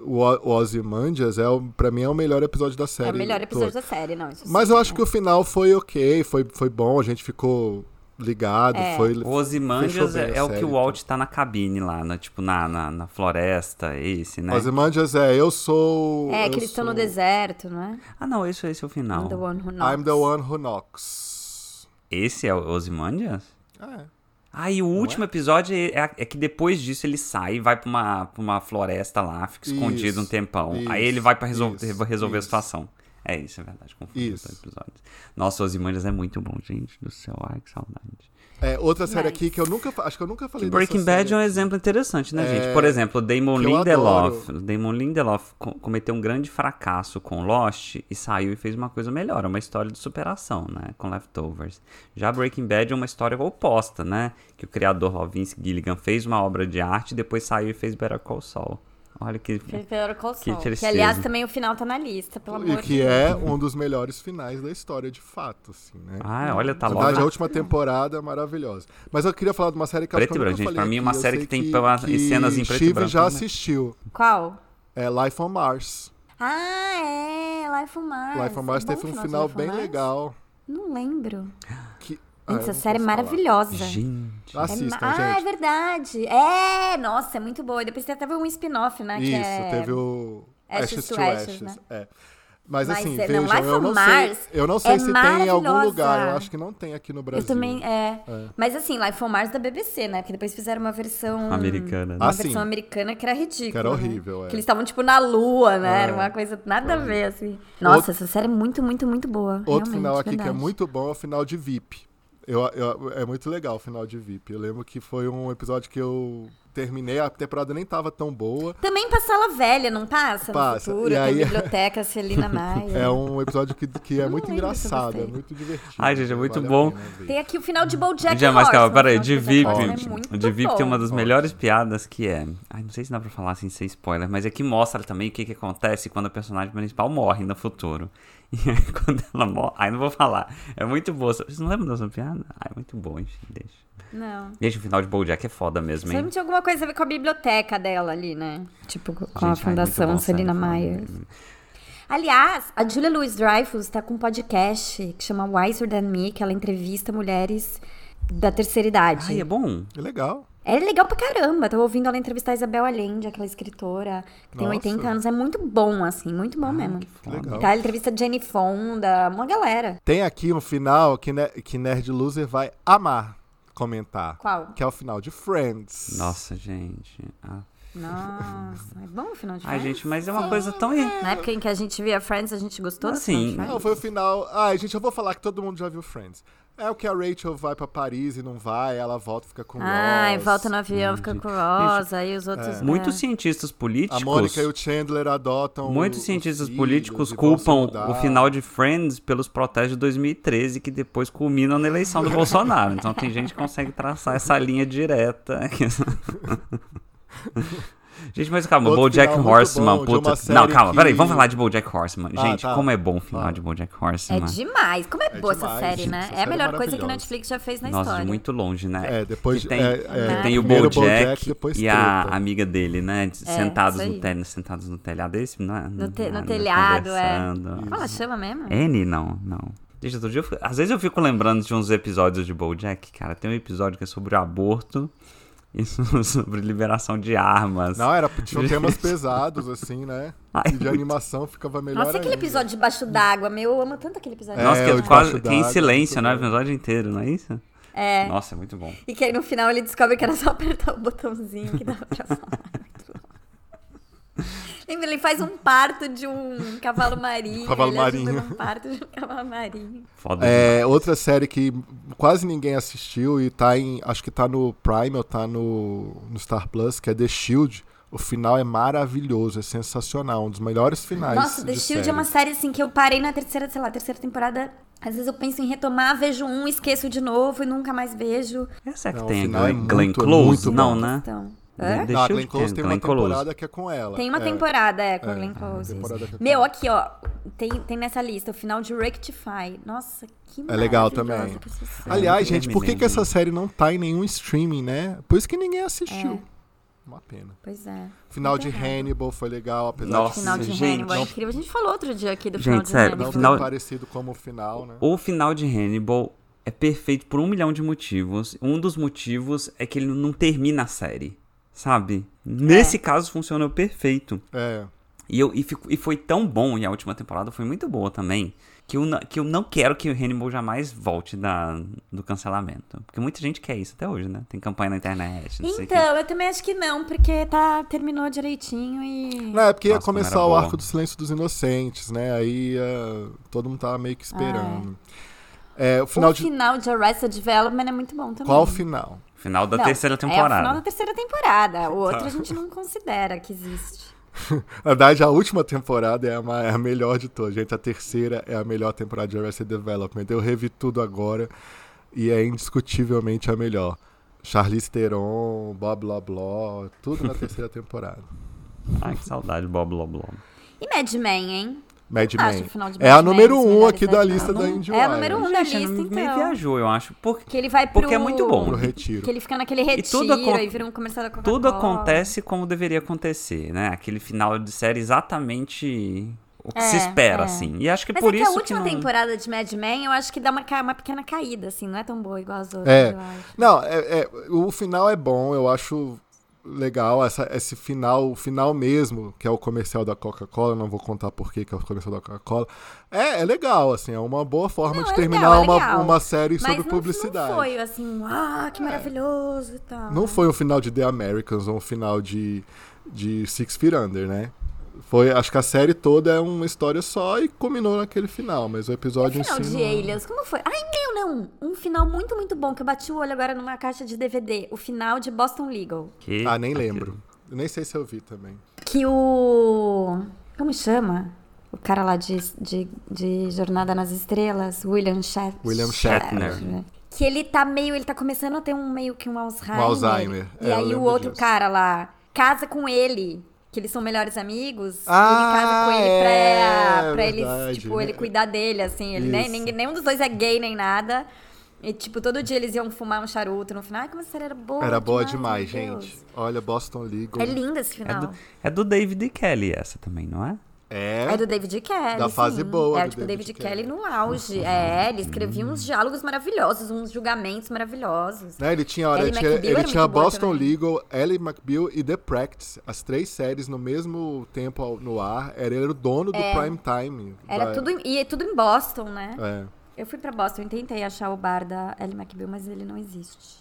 [SPEAKER 3] o o Ozymandias é, o- pra mim, é o melhor episódio da série.
[SPEAKER 1] é o melhor episódio
[SPEAKER 3] toda.
[SPEAKER 1] da série, não. Isso
[SPEAKER 3] Mas
[SPEAKER 1] sim,
[SPEAKER 3] eu acho
[SPEAKER 1] né?
[SPEAKER 3] que o final foi ok, foi, foi bom, a gente ficou ligado,
[SPEAKER 1] É.
[SPEAKER 3] foi...
[SPEAKER 2] O Ozymandias
[SPEAKER 3] Fechou bem
[SPEAKER 2] é,
[SPEAKER 3] a
[SPEAKER 2] é o que
[SPEAKER 3] série, então.
[SPEAKER 2] o Walt tá na cabine lá, na- tipo, na, na, na floresta, esse, né?
[SPEAKER 3] Ozymandias é, eu sou...
[SPEAKER 1] É,
[SPEAKER 3] eu
[SPEAKER 1] que eles estão no
[SPEAKER 3] sou-
[SPEAKER 1] deserto, não é?
[SPEAKER 2] Ah, não, esse, esse é o final.
[SPEAKER 1] I'm the one who knows.
[SPEAKER 3] I'm the one who knocks.
[SPEAKER 2] Esse é o Ozymandias?
[SPEAKER 3] É.
[SPEAKER 2] Ah, e o último episódio é, é- é que depois disso ele sai e vai pra uma, pra uma floresta lá, fica
[SPEAKER 3] Isso,
[SPEAKER 2] escondido um tempão.
[SPEAKER 3] isso,
[SPEAKER 2] Aí ele vai pra resol-
[SPEAKER 3] isso,
[SPEAKER 2] resolver
[SPEAKER 3] isso.
[SPEAKER 2] a situação. É isso, é verdade. Confundi os
[SPEAKER 3] Isso.
[SPEAKER 2] dois episódios. Nossa, Ozymandias é muito bom, gente do céu. Ai, que saudade.
[SPEAKER 3] É, outra série
[SPEAKER 1] Mas-
[SPEAKER 3] aqui que eu nunca... fa- Acho que eu nunca falei dessa
[SPEAKER 2] Breaking Bad é
[SPEAKER 3] série.
[SPEAKER 2] um exemplo interessante, né,
[SPEAKER 3] É,
[SPEAKER 2] gente? Por exemplo, o Damon
[SPEAKER 3] que eu
[SPEAKER 2] Lindelof.
[SPEAKER 3] adoro.
[SPEAKER 2] O Damon Lindelof co- cometeu um grande fracasso com Lost e saiu e fez uma coisa melhor, é uma história de superação, né, com Leftovers. Já Breaking Bad é uma história oposta, né, que o criador lá, o Vince Gilligan fez uma obra de arte e depois saiu e fez Better Call Saul. Olha que
[SPEAKER 1] Better Call Saul.
[SPEAKER 2] Que
[SPEAKER 1] Que,
[SPEAKER 2] tristeza.
[SPEAKER 1] aliás, também o final tá na lista, pelo amor
[SPEAKER 3] E
[SPEAKER 1] de
[SPEAKER 3] que é um dos melhores finais da história, de fato, assim, né?
[SPEAKER 2] Ah, olha, tá
[SPEAKER 3] Na verdade, a
[SPEAKER 2] logo.
[SPEAKER 3] última temporada é maravilhosa. Mas eu queria falar de uma série que eu acho
[SPEAKER 2] Preto e
[SPEAKER 3] que eu
[SPEAKER 2] branco,
[SPEAKER 3] nunca
[SPEAKER 2] gente.
[SPEAKER 3] falei
[SPEAKER 2] Pra mim é
[SPEAKER 3] aqui,
[SPEAKER 2] uma
[SPEAKER 3] eu
[SPEAKER 2] série que
[SPEAKER 3] sei
[SPEAKER 2] tem pra-
[SPEAKER 3] que
[SPEAKER 2] cenas em preto e
[SPEAKER 3] Steve
[SPEAKER 2] branco,
[SPEAKER 3] já
[SPEAKER 2] né?
[SPEAKER 3] assistiu.
[SPEAKER 1] Qual?
[SPEAKER 3] É Life on Mars.
[SPEAKER 1] Ah, é! Life on Mars.
[SPEAKER 3] Life on Mars
[SPEAKER 1] É bom
[SPEAKER 3] teve
[SPEAKER 1] o
[SPEAKER 3] um
[SPEAKER 1] de
[SPEAKER 3] final
[SPEAKER 1] Life on
[SPEAKER 3] bem
[SPEAKER 1] Mars?
[SPEAKER 3] legal.
[SPEAKER 1] Não lembro.
[SPEAKER 3] Que... Ah, eu
[SPEAKER 1] Gente,
[SPEAKER 3] não
[SPEAKER 1] essa série é
[SPEAKER 3] posso falar.
[SPEAKER 1] maravilhosa.
[SPEAKER 2] Gente.
[SPEAKER 1] É
[SPEAKER 3] Assistam,
[SPEAKER 1] ma- Ah, é
[SPEAKER 3] gente.
[SPEAKER 1] verdade. É, nossa, é muito boa. E depois tem até um spin-off, né? que
[SPEAKER 3] Isso,
[SPEAKER 1] é...
[SPEAKER 3] teve o
[SPEAKER 1] Ashes
[SPEAKER 3] Ashes
[SPEAKER 1] to
[SPEAKER 3] to
[SPEAKER 1] Ashes,
[SPEAKER 3] Ashes.
[SPEAKER 1] né?
[SPEAKER 3] É. Mas,
[SPEAKER 1] Mas,
[SPEAKER 3] assim,
[SPEAKER 1] é, não,
[SPEAKER 3] vejam,
[SPEAKER 1] Life
[SPEAKER 3] eu
[SPEAKER 1] on
[SPEAKER 3] não
[SPEAKER 1] Mars
[SPEAKER 3] sei, eu não sei
[SPEAKER 1] é
[SPEAKER 3] se tem em algum
[SPEAKER 1] maravilhosa.
[SPEAKER 3] lugar. Eu acho que não tem aqui no Brasil.
[SPEAKER 1] Eu também, é. Mas assim, Life on Mars da BBC, né? Porque depois fizeram uma versão...
[SPEAKER 2] Americana, né?
[SPEAKER 1] Uma
[SPEAKER 3] Ah, sim.
[SPEAKER 1] versão americana que era ridícula.
[SPEAKER 3] Que era
[SPEAKER 1] né?
[SPEAKER 3] horrível, é.
[SPEAKER 1] Que eles estavam, tipo, na lua, né?
[SPEAKER 3] É.
[SPEAKER 1] Era uma coisa nada a ver, assim. Nossa, essa série é muito, muito, muito boa. Realmente,
[SPEAKER 3] Outro final aqui que é
[SPEAKER 1] verdade.
[SPEAKER 3] muito bom é o final de VIP. Eu, eu- é muito legal o final de VIP. Eu lembro que foi um episódio que eu terminei, a temporada nem tava tão boa.
[SPEAKER 1] Também passa Sala Velha, não passa?
[SPEAKER 3] Passa.
[SPEAKER 1] No futuro,
[SPEAKER 3] E
[SPEAKER 1] tem
[SPEAKER 3] aí-
[SPEAKER 1] biblioteca Celina Maia.
[SPEAKER 3] É um episódio que, que é
[SPEAKER 1] Não
[SPEAKER 3] muito
[SPEAKER 1] lembro se eu
[SPEAKER 3] engraçado, é
[SPEAKER 1] gostei.
[SPEAKER 3] muito divertido. né?
[SPEAKER 2] Ai, gente, é muito
[SPEAKER 3] a
[SPEAKER 2] bom.
[SPEAKER 3] pena ver.
[SPEAKER 1] Tem aqui o final de BoJack
[SPEAKER 2] Gente, mas calma,
[SPEAKER 1] Horseman,
[SPEAKER 2] peraí,
[SPEAKER 1] o
[SPEAKER 2] de
[SPEAKER 1] final BoJack
[SPEAKER 2] VIP.
[SPEAKER 1] Horseman
[SPEAKER 3] Ótimo.
[SPEAKER 1] é muito
[SPEAKER 2] de VIP tem
[SPEAKER 1] bom.
[SPEAKER 2] uma das melhores piadas que é. Ai, não sei se dá pra falar assim sem spoiler, mas é que mostra também o que, que acontece quando a personagem principal morre no futuro. E aí, quando ela morre. Ai, não vou falar. É muito boa. Vocês não lembram dessa piada? Ai, muito bom, enfim, deixa.
[SPEAKER 1] Não.
[SPEAKER 2] Gente, o final de Bojack é foda mesmo,
[SPEAKER 1] Sempre
[SPEAKER 2] hein?
[SPEAKER 1] tinha alguma coisa a ver com a biblioteca dela ali, né? Tipo, com
[SPEAKER 2] Gente, ai,
[SPEAKER 1] a
[SPEAKER 2] muito
[SPEAKER 1] Fundação
[SPEAKER 2] bom,
[SPEAKER 1] Celina
[SPEAKER 2] sério,
[SPEAKER 1] Maia.
[SPEAKER 2] foda.
[SPEAKER 1] Aliás, a Julia Louis-Dreyfus tá com um podcast que chama Wiser Than Me, que ela entrevista mulheres da terceira idade.
[SPEAKER 2] Ai, é bom.
[SPEAKER 3] É legal.
[SPEAKER 1] É legal pra caramba. Tô ouvindo ela entrevistar a Isabel Allende, aquela escritora que tem
[SPEAKER 3] Nossa.
[SPEAKER 1] 80 anos. É muito bom, assim, muito bom mesmo.
[SPEAKER 2] Que
[SPEAKER 3] legal.
[SPEAKER 1] Tá, ela entrevista Jenny Fonda, uma galera.
[SPEAKER 3] Tem aqui um final que, ne- que Nerd Loser vai amar comentar.
[SPEAKER 1] Qual?
[SPEAKER 3] Que é o final de Friends.
[SPEAKER 2] Nossa, gente. Ah.
[SPEAKER 1] Nossa, é bom o final de
[SPEAKER 2] Ai,
[SPEAKER 1] Friends?
[SPEAKER 2] gente, mas é uma coisa tão.
[SPEAKER 1] Na época em que a gente via Friends, a gente gostou do
[SPEAKER 2] Assim,
[SPEAKER 1] final de Friends?
[SPEAKER 3] Não, foi o final. Ai, gente, eu vou falar que todo mundo já viu Friends. É o que a Rachel vai pra Paris e não vai, ela volta e fica com
[SPEAKER 1] Ai,
[SPEAKER 3] Ross.
[SPEAKER 1] volta no avião, fica com Rosa, aí os outros... né?
[SPEAKER 2] Muitos cientistas
[SPEAKER 3] A
[SPEAKER 2] políticos.
[SPEAKER 3] Mônica e o Chandler adotam.
[SPEAKER 2] Muitos
[SPEAKER 3] os
[SPEAKER 2] cientistas
[SPEAKER 3] filhos
[SPEAKER 2] políticos
[SPEAKER 3] e vão se
[SPEAKER 2] culpam
[SPEAKER 3] mudar.
[SPEAKER 2] o final de Friends pelos protestos de 2013 que depois culminam na eleição do Bolsonaro. Então tem gente que consegue traçar essa linha direta. Gente, mas calma,
[SPEAKER 3] Outro
[SPEAKER 2] BoJack
[SPEAKER 3] final muito
[SPEAKER 2] Horseman,
[SPEAKER 3] bom, de uma
[SPEAKER 2] puta...
[SPEAKER 3] série
[SPEAKER 2] Não, calma,
[SPEAKER 3] que-
[SPEAKER 2] peraí, vamos falar de BoJack Horseman.
[SPEAKER 3] Ah,
[SPEAKER 2] Gente,
[SPEAKER 3] tá.
[SPEAKER 2] como é bom o final
[SPEAKER 3] Fala.
[SPEAKER 2] de BoJack
[SPEAKER 1] É
[SPEAKER 2] Horseman.
[SPEAKER 1] demais. Como é,
[SPEAKER 3] É
[SPEAKER 1] boa essa
[SPEAKER 3] demais,
[SPEAKER 1] série,
[SPEAKER 3] gente,
[SPEAKER 1] né? É
[SPEAKER 3] essa
[SPEAKER 1] a
[SPEAKER 3] série é
[SPEAKER 1] melhor coisa que a
[SPEAKER 3] maravilhosa.
[SPEAKER 1] Netflix já fez na
[SPEAKER 2] Nossa, de
[SPEAKER 1] história.
[SPEAKER 2] muito longe, né?
[SPEAKER 3] É, depois-
[SPEAKER 2] que tem,
[SPEAKER 3] é, é,
[SPEAKER 2] que tem o
[SPEAKER 3] primeiro
[SPEAKER 2] BoJack,
[SPEAKER 3] o BoJack, depois
[SPEAKER 2] e a
[SPEAKER 3] treta.
[SPEAKER 2] amiga dele, né? de- sentados,
[SPEAKER 1] É, isso
[SPEAKER 2] no
[SPEAKER 1] aí.
[SPEAKER 2] tel... sentados no telhado. É Esse, não é?
[SPEAKER 1] No, te-
[SPEAKER 2] Ah,
[SPEAKER 1] no
[SPEAKER 2] né,
[SPEAKER 1] telhado, é.
[SPEAKER 2] conversando.
[SPEAKER 1] Qual ela chama mesmo?
[SPEAKER 2] N, não, não. Gente, outro dia eu fico- às vezes eu fico lembrando de uns episódios de BoJack, cara. Tem um episódio que é sobre o aborto e sobre liberação de armas.
[SPEAKER 3] Não, era, tinham temas pesados, assim, né?
[SPEAKER 2] Ai,
[SPEAKER 3] E de animação ficava melhor
[SPEAKER 1] Nossa, aquele
[SPEAKER 3] ainda.
[SPEAKER 1] episódio debaixo d'água, meu, eu amo tanto aquele episódio.
[SPEAKER 2] Nossa,
[SPEAKER 3] É,
[SPEAKER 2] que
[SPEAKER 3] o
[SPEAKER 2] é
[SPEAKER 3] de
[SPEAKER 2] quase
[SPEAKER 3] baixo
[SPEAKER 2] que é em
[SPEAKER 3] d'água,
[SPEAKER 2] silêncio,
[SPEAKER 3] tudo
[SPEAKER 2] né? O
[SPEAKER 3] bem.
[SPEAKER 2] episódio inteiro, não é isso? É. Nossa, é muito bom.
[SPEAKER 1] E que aí no final ele descobre que era só apertar o botãozinho que dava pra falar. Muito bom. Lembra, ele faz um parto de um cavalo marinho.
[SPEAKER 3] Cavalo
[SPEAKER 1] ele ajuda
[SPEAKER 3] marinho.
[SPEAKER 1] num parto de um cavalo marinho.
[SPEAKER 2] Foda demais.
[SPEAKER 3] É, outra série que quase ninguém assistiu e tá em. Acho que tá no Prime ou tá no, no Star Plus, que é The Shield. O final é maravilhoso, é sensacional, um dos melhores finais.
[SPEAKER 1] Nossa, The
[SPEAKER 3] de
[SPEAKER 1] Shield
[SPEAKER 3] série.
[SPEAKER 1] é uma série assim que eu parei na terceira, sei lá, terceira temporada. Às vezes eu penso em retomar, vejo um, esqueço de novo e nunca mais vejo.
[SPEAKER 2] Essa é que
[SPEAKER 3] não, o
[SPEAKER 2] tem a
[SPEAKER 3] final é
[SPEAKER 2] Glenn, Glenn
[SPEAKER 3] muito,
[SPEAKER 2] Close?
[SPEAKER 3] muito bom.
[SPEAKER 2] não, né?
[SPEAKER 1] Então,
[SPEAKER 2] Né?
[SPEAKER 1] hã?
[SPEAKER 2] The
[SPEAKER 3] Não, a
[SPEAKER 2] Shield
[SPEAKER 3] Glenn Close tem
[SPEAKER 2] Glenn
[SPEAKER 3] uma
[SPEAKER 2] Close.
[SPEAKER 3] temporada que é com ela.
[SPEAKER 1] Tem uma
[SPEAKER 3] É,
[SPEAKER 1] temporada, é, com
[SPEAKER 3] é,
[SPEAKER 1] Glenn
[SPEAKER 3] tem
[SPEAKER 1] Close. isso.
[SPEAKER 3] temporada que é com
[SPEAKER 1] Meu,
[SPEAKER 3] ela.
[SPEAKER 1] aqui, ó, tem, tem nessa lista o final de Rectify. Nossa, que
[SPEAKER 3] É legal
[SPEAKER 1] maravilhosa
[SPEAKER 3] também.
[SPEAKER 1] que essa série.
[SPEAKER 3] Aliás,
[SPEAKER 2] Terminei,
[SPEAKER 3] gente, por que, que essa
[SPEAKER 2] gente.
[SPEAKER 3] série não tá em nenhum streaming, né? Por isso que ninguém assistiu. Uma pena.
[SPEAKER 1] Pois é.
[SPEAKER 3] Final de
[SPEAKER 1] Muito
[SPEAKER 3] Hannibal foi legal, apesar
[SPEAKER 2] Nossa,
[SPEAKER 3] de
[SPEAKER 1] Final de
[SPEAKER 2] gente.
[SPEAKER 1] Hannibal, é incrível. A gente falou outro dia aqui do
[SPEAKER 2] Gente,
[SPEAKER 1] final de um
[SPEAKER 2] sério,
[SPEAKER 1] Hannibal.
[SPEAKER 3] não
[SPEAKER 2] final-
[SPEAKER 3] ter parecido como o final, né?
[SPEAKER 2] O final de Hannibal é perfeito por um milhão de motivos. Um dos motivos é que ele não termina a série, sabe? Nesse caso funcionou perfeito.
[SPEAKER 3] É.
[SPEAKER 2] E, eu, e, fico- e foi tão bom, e a última temporada foi muito boa também, que eu, na- que eu não quero que o Hannibal jamais volte da, do cancelamento. Porque muita gente quer isso até hoje, né? Tem campanha na internet, não sei o quê.
[SPEAKER 1] Então, eu também acho que não, porque tá, terminou direitinho e.
[SPEAKER 3] Não, é porque ia
[SPEAKER 2] Nossa, como era
[SPEAKER 3] começar o
[SPEAKER 2] boa.
[SPEAKER 3] arco do silêncio dos inocentes, né? Aí ah, todo mundo tava meio que esperando. É, o final
[SPEAKER 1] Ah, o
[SPEAKER 3] de.
[SPEAKER 1] final de Arrested Development é muito bom também.
[SPEAKER 3] Qual final?
[SPEAKER 2] Final da
[SPEAKER 1] Não,
[SPEAKER 2] terceira
[SPEAKER 1] É o
[SPEAKER 2] temporada. Tá.
[SPEAKER 1] final da terceira temporada. O outro a gente não considera que existe.
[SPEAKER 3] Na verdade, a última temporada é a, ma- é a melhor de todas, gente. A terceira é a melhor temporada de Arrested Development. Eu revi tudo agora e é indiscutivelmente a melhor. Charlize Theron, Bob Loblaw, tudo na terceira temporada.
[SPEAKER 2] Ai, que saudade, Bob Loblom.
[SPEAKER 1] E Mad Men, hein?
[SPEAKER 3] Mad
[SPEAKER 1] Acho
[SPEAKER 3] Men.
[SPEAKER 1] o final de
[SPEAKER 3] É
[SPEAKER 1] Mad
[SPEAKER 3] a
[SPEAKER 1] Men
[SPEAKER 3] número
[SPEAKER 1] dos
[SPEAKER 3] um
[SPEAKER 1] melhores
[SPEAKER 3] aqui
[SPEAKER 1] da
[SPEAKER 3] da
[SPEAKER 1] história.
[SPEAKER 3] lista da Indy
[SPEAKER 1] É a
[SPEAKER 3] Wild.
[SPEAKER 1] número um da
[SPEAKER 2] Gente,
[SPEAKER 1] lista,
[SPEAKER 2] meio
[SPEAKER 1] então.
[SPEAKER 2] viajou, eu acho. Porque
[SPEAKER 1] Que ele vai pro...
[SPEAKER 2] Porque é muito bom.
[SPEAKER 3] Pro retiro.
[SPEAKER 1] Que ele fica naquele retiro e,
[SPEAKER 2] tudo acon-
[SPEAKER 1] vira um comercial da Coca-Cola.
[SPEAKER 2] tudo acontece como deveria acontecer, né? Aquele final de série exatamente o que se
[SPEAKER 1] É,
[SPEAKER 2] espera,
[SPEAKER 1] é.
[SPEAKER 2] assim. E acho que
[SPEAKER 1] Mas
[SPEAKER 2] por
[SPEAKER 1] é que
[SPEAKER 2] isso
[SPEAKER 1] a última
[SPEAKER 2] que não...
[SPEAKER 1] temporada de Mad Men, eu acho que dá uma, ca- uma pequena caída, assim. Não é tão boa igual as outras,
[SPEAKER 3] É.
[SPEAKER 1] eu acho.
[SPEAKER 3] Não, é, é, o final é bom, eu acho legal essa, esse final, o final mesmo, que é o comercial da Coca-Cola, não vou contar por que que é o comercial da Coca-Cola. É, é legal, assim, é uma boa forma
[SPEAKER 1] Não,
[SPEAKER 3] de
[SPEAKER 1] é
[SPEAKER 3] terminar
[SPEAKER 1] legal, é
[SPEAKER 3] uma,
[SPEAKER 1] legal.
[SPEAKER 3] uma série
[SPEAKER 1] Mas
[SPEAKER 3] sobre
[SPEAKER 1] não,
[SPEAKER 3] publicidade. É.
[SPEAKER 1] não foi assim, ah, que maravilhoso e tal.
[SPEAKER 3] Não foi um final de The Americans ou um final de, de Six Feet Under, né? Foi, acho que a série toda é uma história só e culminou naquele final, mas o episódio
[SPEAKER 1] Final
[SPEAKER 3] em si
[SPEAKER 1] de
[SPEAKER 3] não- é.
[SPEAKER 1] Aliens, como foi? Ai, meu, não! Um final muito, muito bom, que eu bati o olho agora numa caixa de DVD. O final de Boston Legal.
[SPEAKER 2] Que-
[SPEAKER 3] Ah, nem lembro. Eu nem sei se eu vi também.
[SPEAKER 1] Que o... Como chama? O cara lá de, de, de Jornada nas Estrelas, William Shat-
[SPEAKER 3] William
[SPEAKER 2] Shatner.
[SPEAKER 1] Que ele tá meio, ele tá começando a ter um meio que um Alzheimer.
[SPEAKER 3] Um Alzheimer,
[SPEAKER 1] E
[SPEAKER 3] é, eu
[SPEAKER 1] aí o
[SPEAKER 3] lembro
[SPEAKER 1] outro
[SPEAKER 3] disso.
[SPEAKER 1] cara lá casa com ele, que eles são melhores amigos.
[SPEAKER 3] Ah,
[SPEAKER 1] e ele casa com ele
[SPEAKER 3] é,
[SPEAKER 1] pra, pra eles,
[SPEAKER 3] verdade,
[SPEAKER 1] tipo,
[SPEAKER 3] né?
[SPEAKER 1] ele cuidar dele, assim. Ele, nem,
[SPEAKER 3] Isso.
[SPEAKER 1] ninguém- nenhum dos dois é gay nem nada. E, tipo, todo dia eles iam fumar um charuto no final. Ai, como essa série era boa.
[SPEAKER 3] Era boa
[SPEAKER 1] demais,
[SPEAKER 3] demais,
[SPEAKER 1] meu
[SPEAKER 3] gente. Olha, Boston Legal.
[SPEAKER 1] Deus. É lindo esse
[SPEAKER 2] É
[SPEAKER 1] final.
[SPEAKER 2] do, é do David e Kelly essa também, não é?
[SPEAKER 3] É.
[SPEAKER 1] É do David Kelly.
[SPEAKER 3] Da fase
[SPEAKER 1] sim.
[SPEAKER 3] boa
[SPEAKER 1] É
[SPEAKER 3] do
[SPEAKER 1] tipo
[SPEAKER 3] David
[SPEAKER 1] David, Kelly no auge. É, ele escrevia uns diálogos maravilhosos, uns julgamentos maravilhosos.
[SPEAKER 3] Né, ele tinha, olha,
[SPEAKER 1] Ellie
[SPEAKER 3] ele tinha,
[SPEAKER 1] McBeal
[SPEAKER 3] ele
[SPEAKER 1] era
[SPEAKER 3] tinha
[SPEAKER 1] muito boa
[SPEAKER 3] Boston
[SPEAKER 1] também.
[SPEAKER 3] Legal, Ellie McBeal e The Practice. As três séries no mesmo tempo ao- no ar. Era- Ele era o dono do prime time.
[SPEAKER 1] É. Era
[SPEAKER 3] da-
[SPEAKER 1] tudo em, e é tudo em Boston, né?
[SPEAKER 3] É.
[SPEAKER 1] Eu fui pra Boston e tentei achar o bar da Ellie McBeal, mas ele não existe.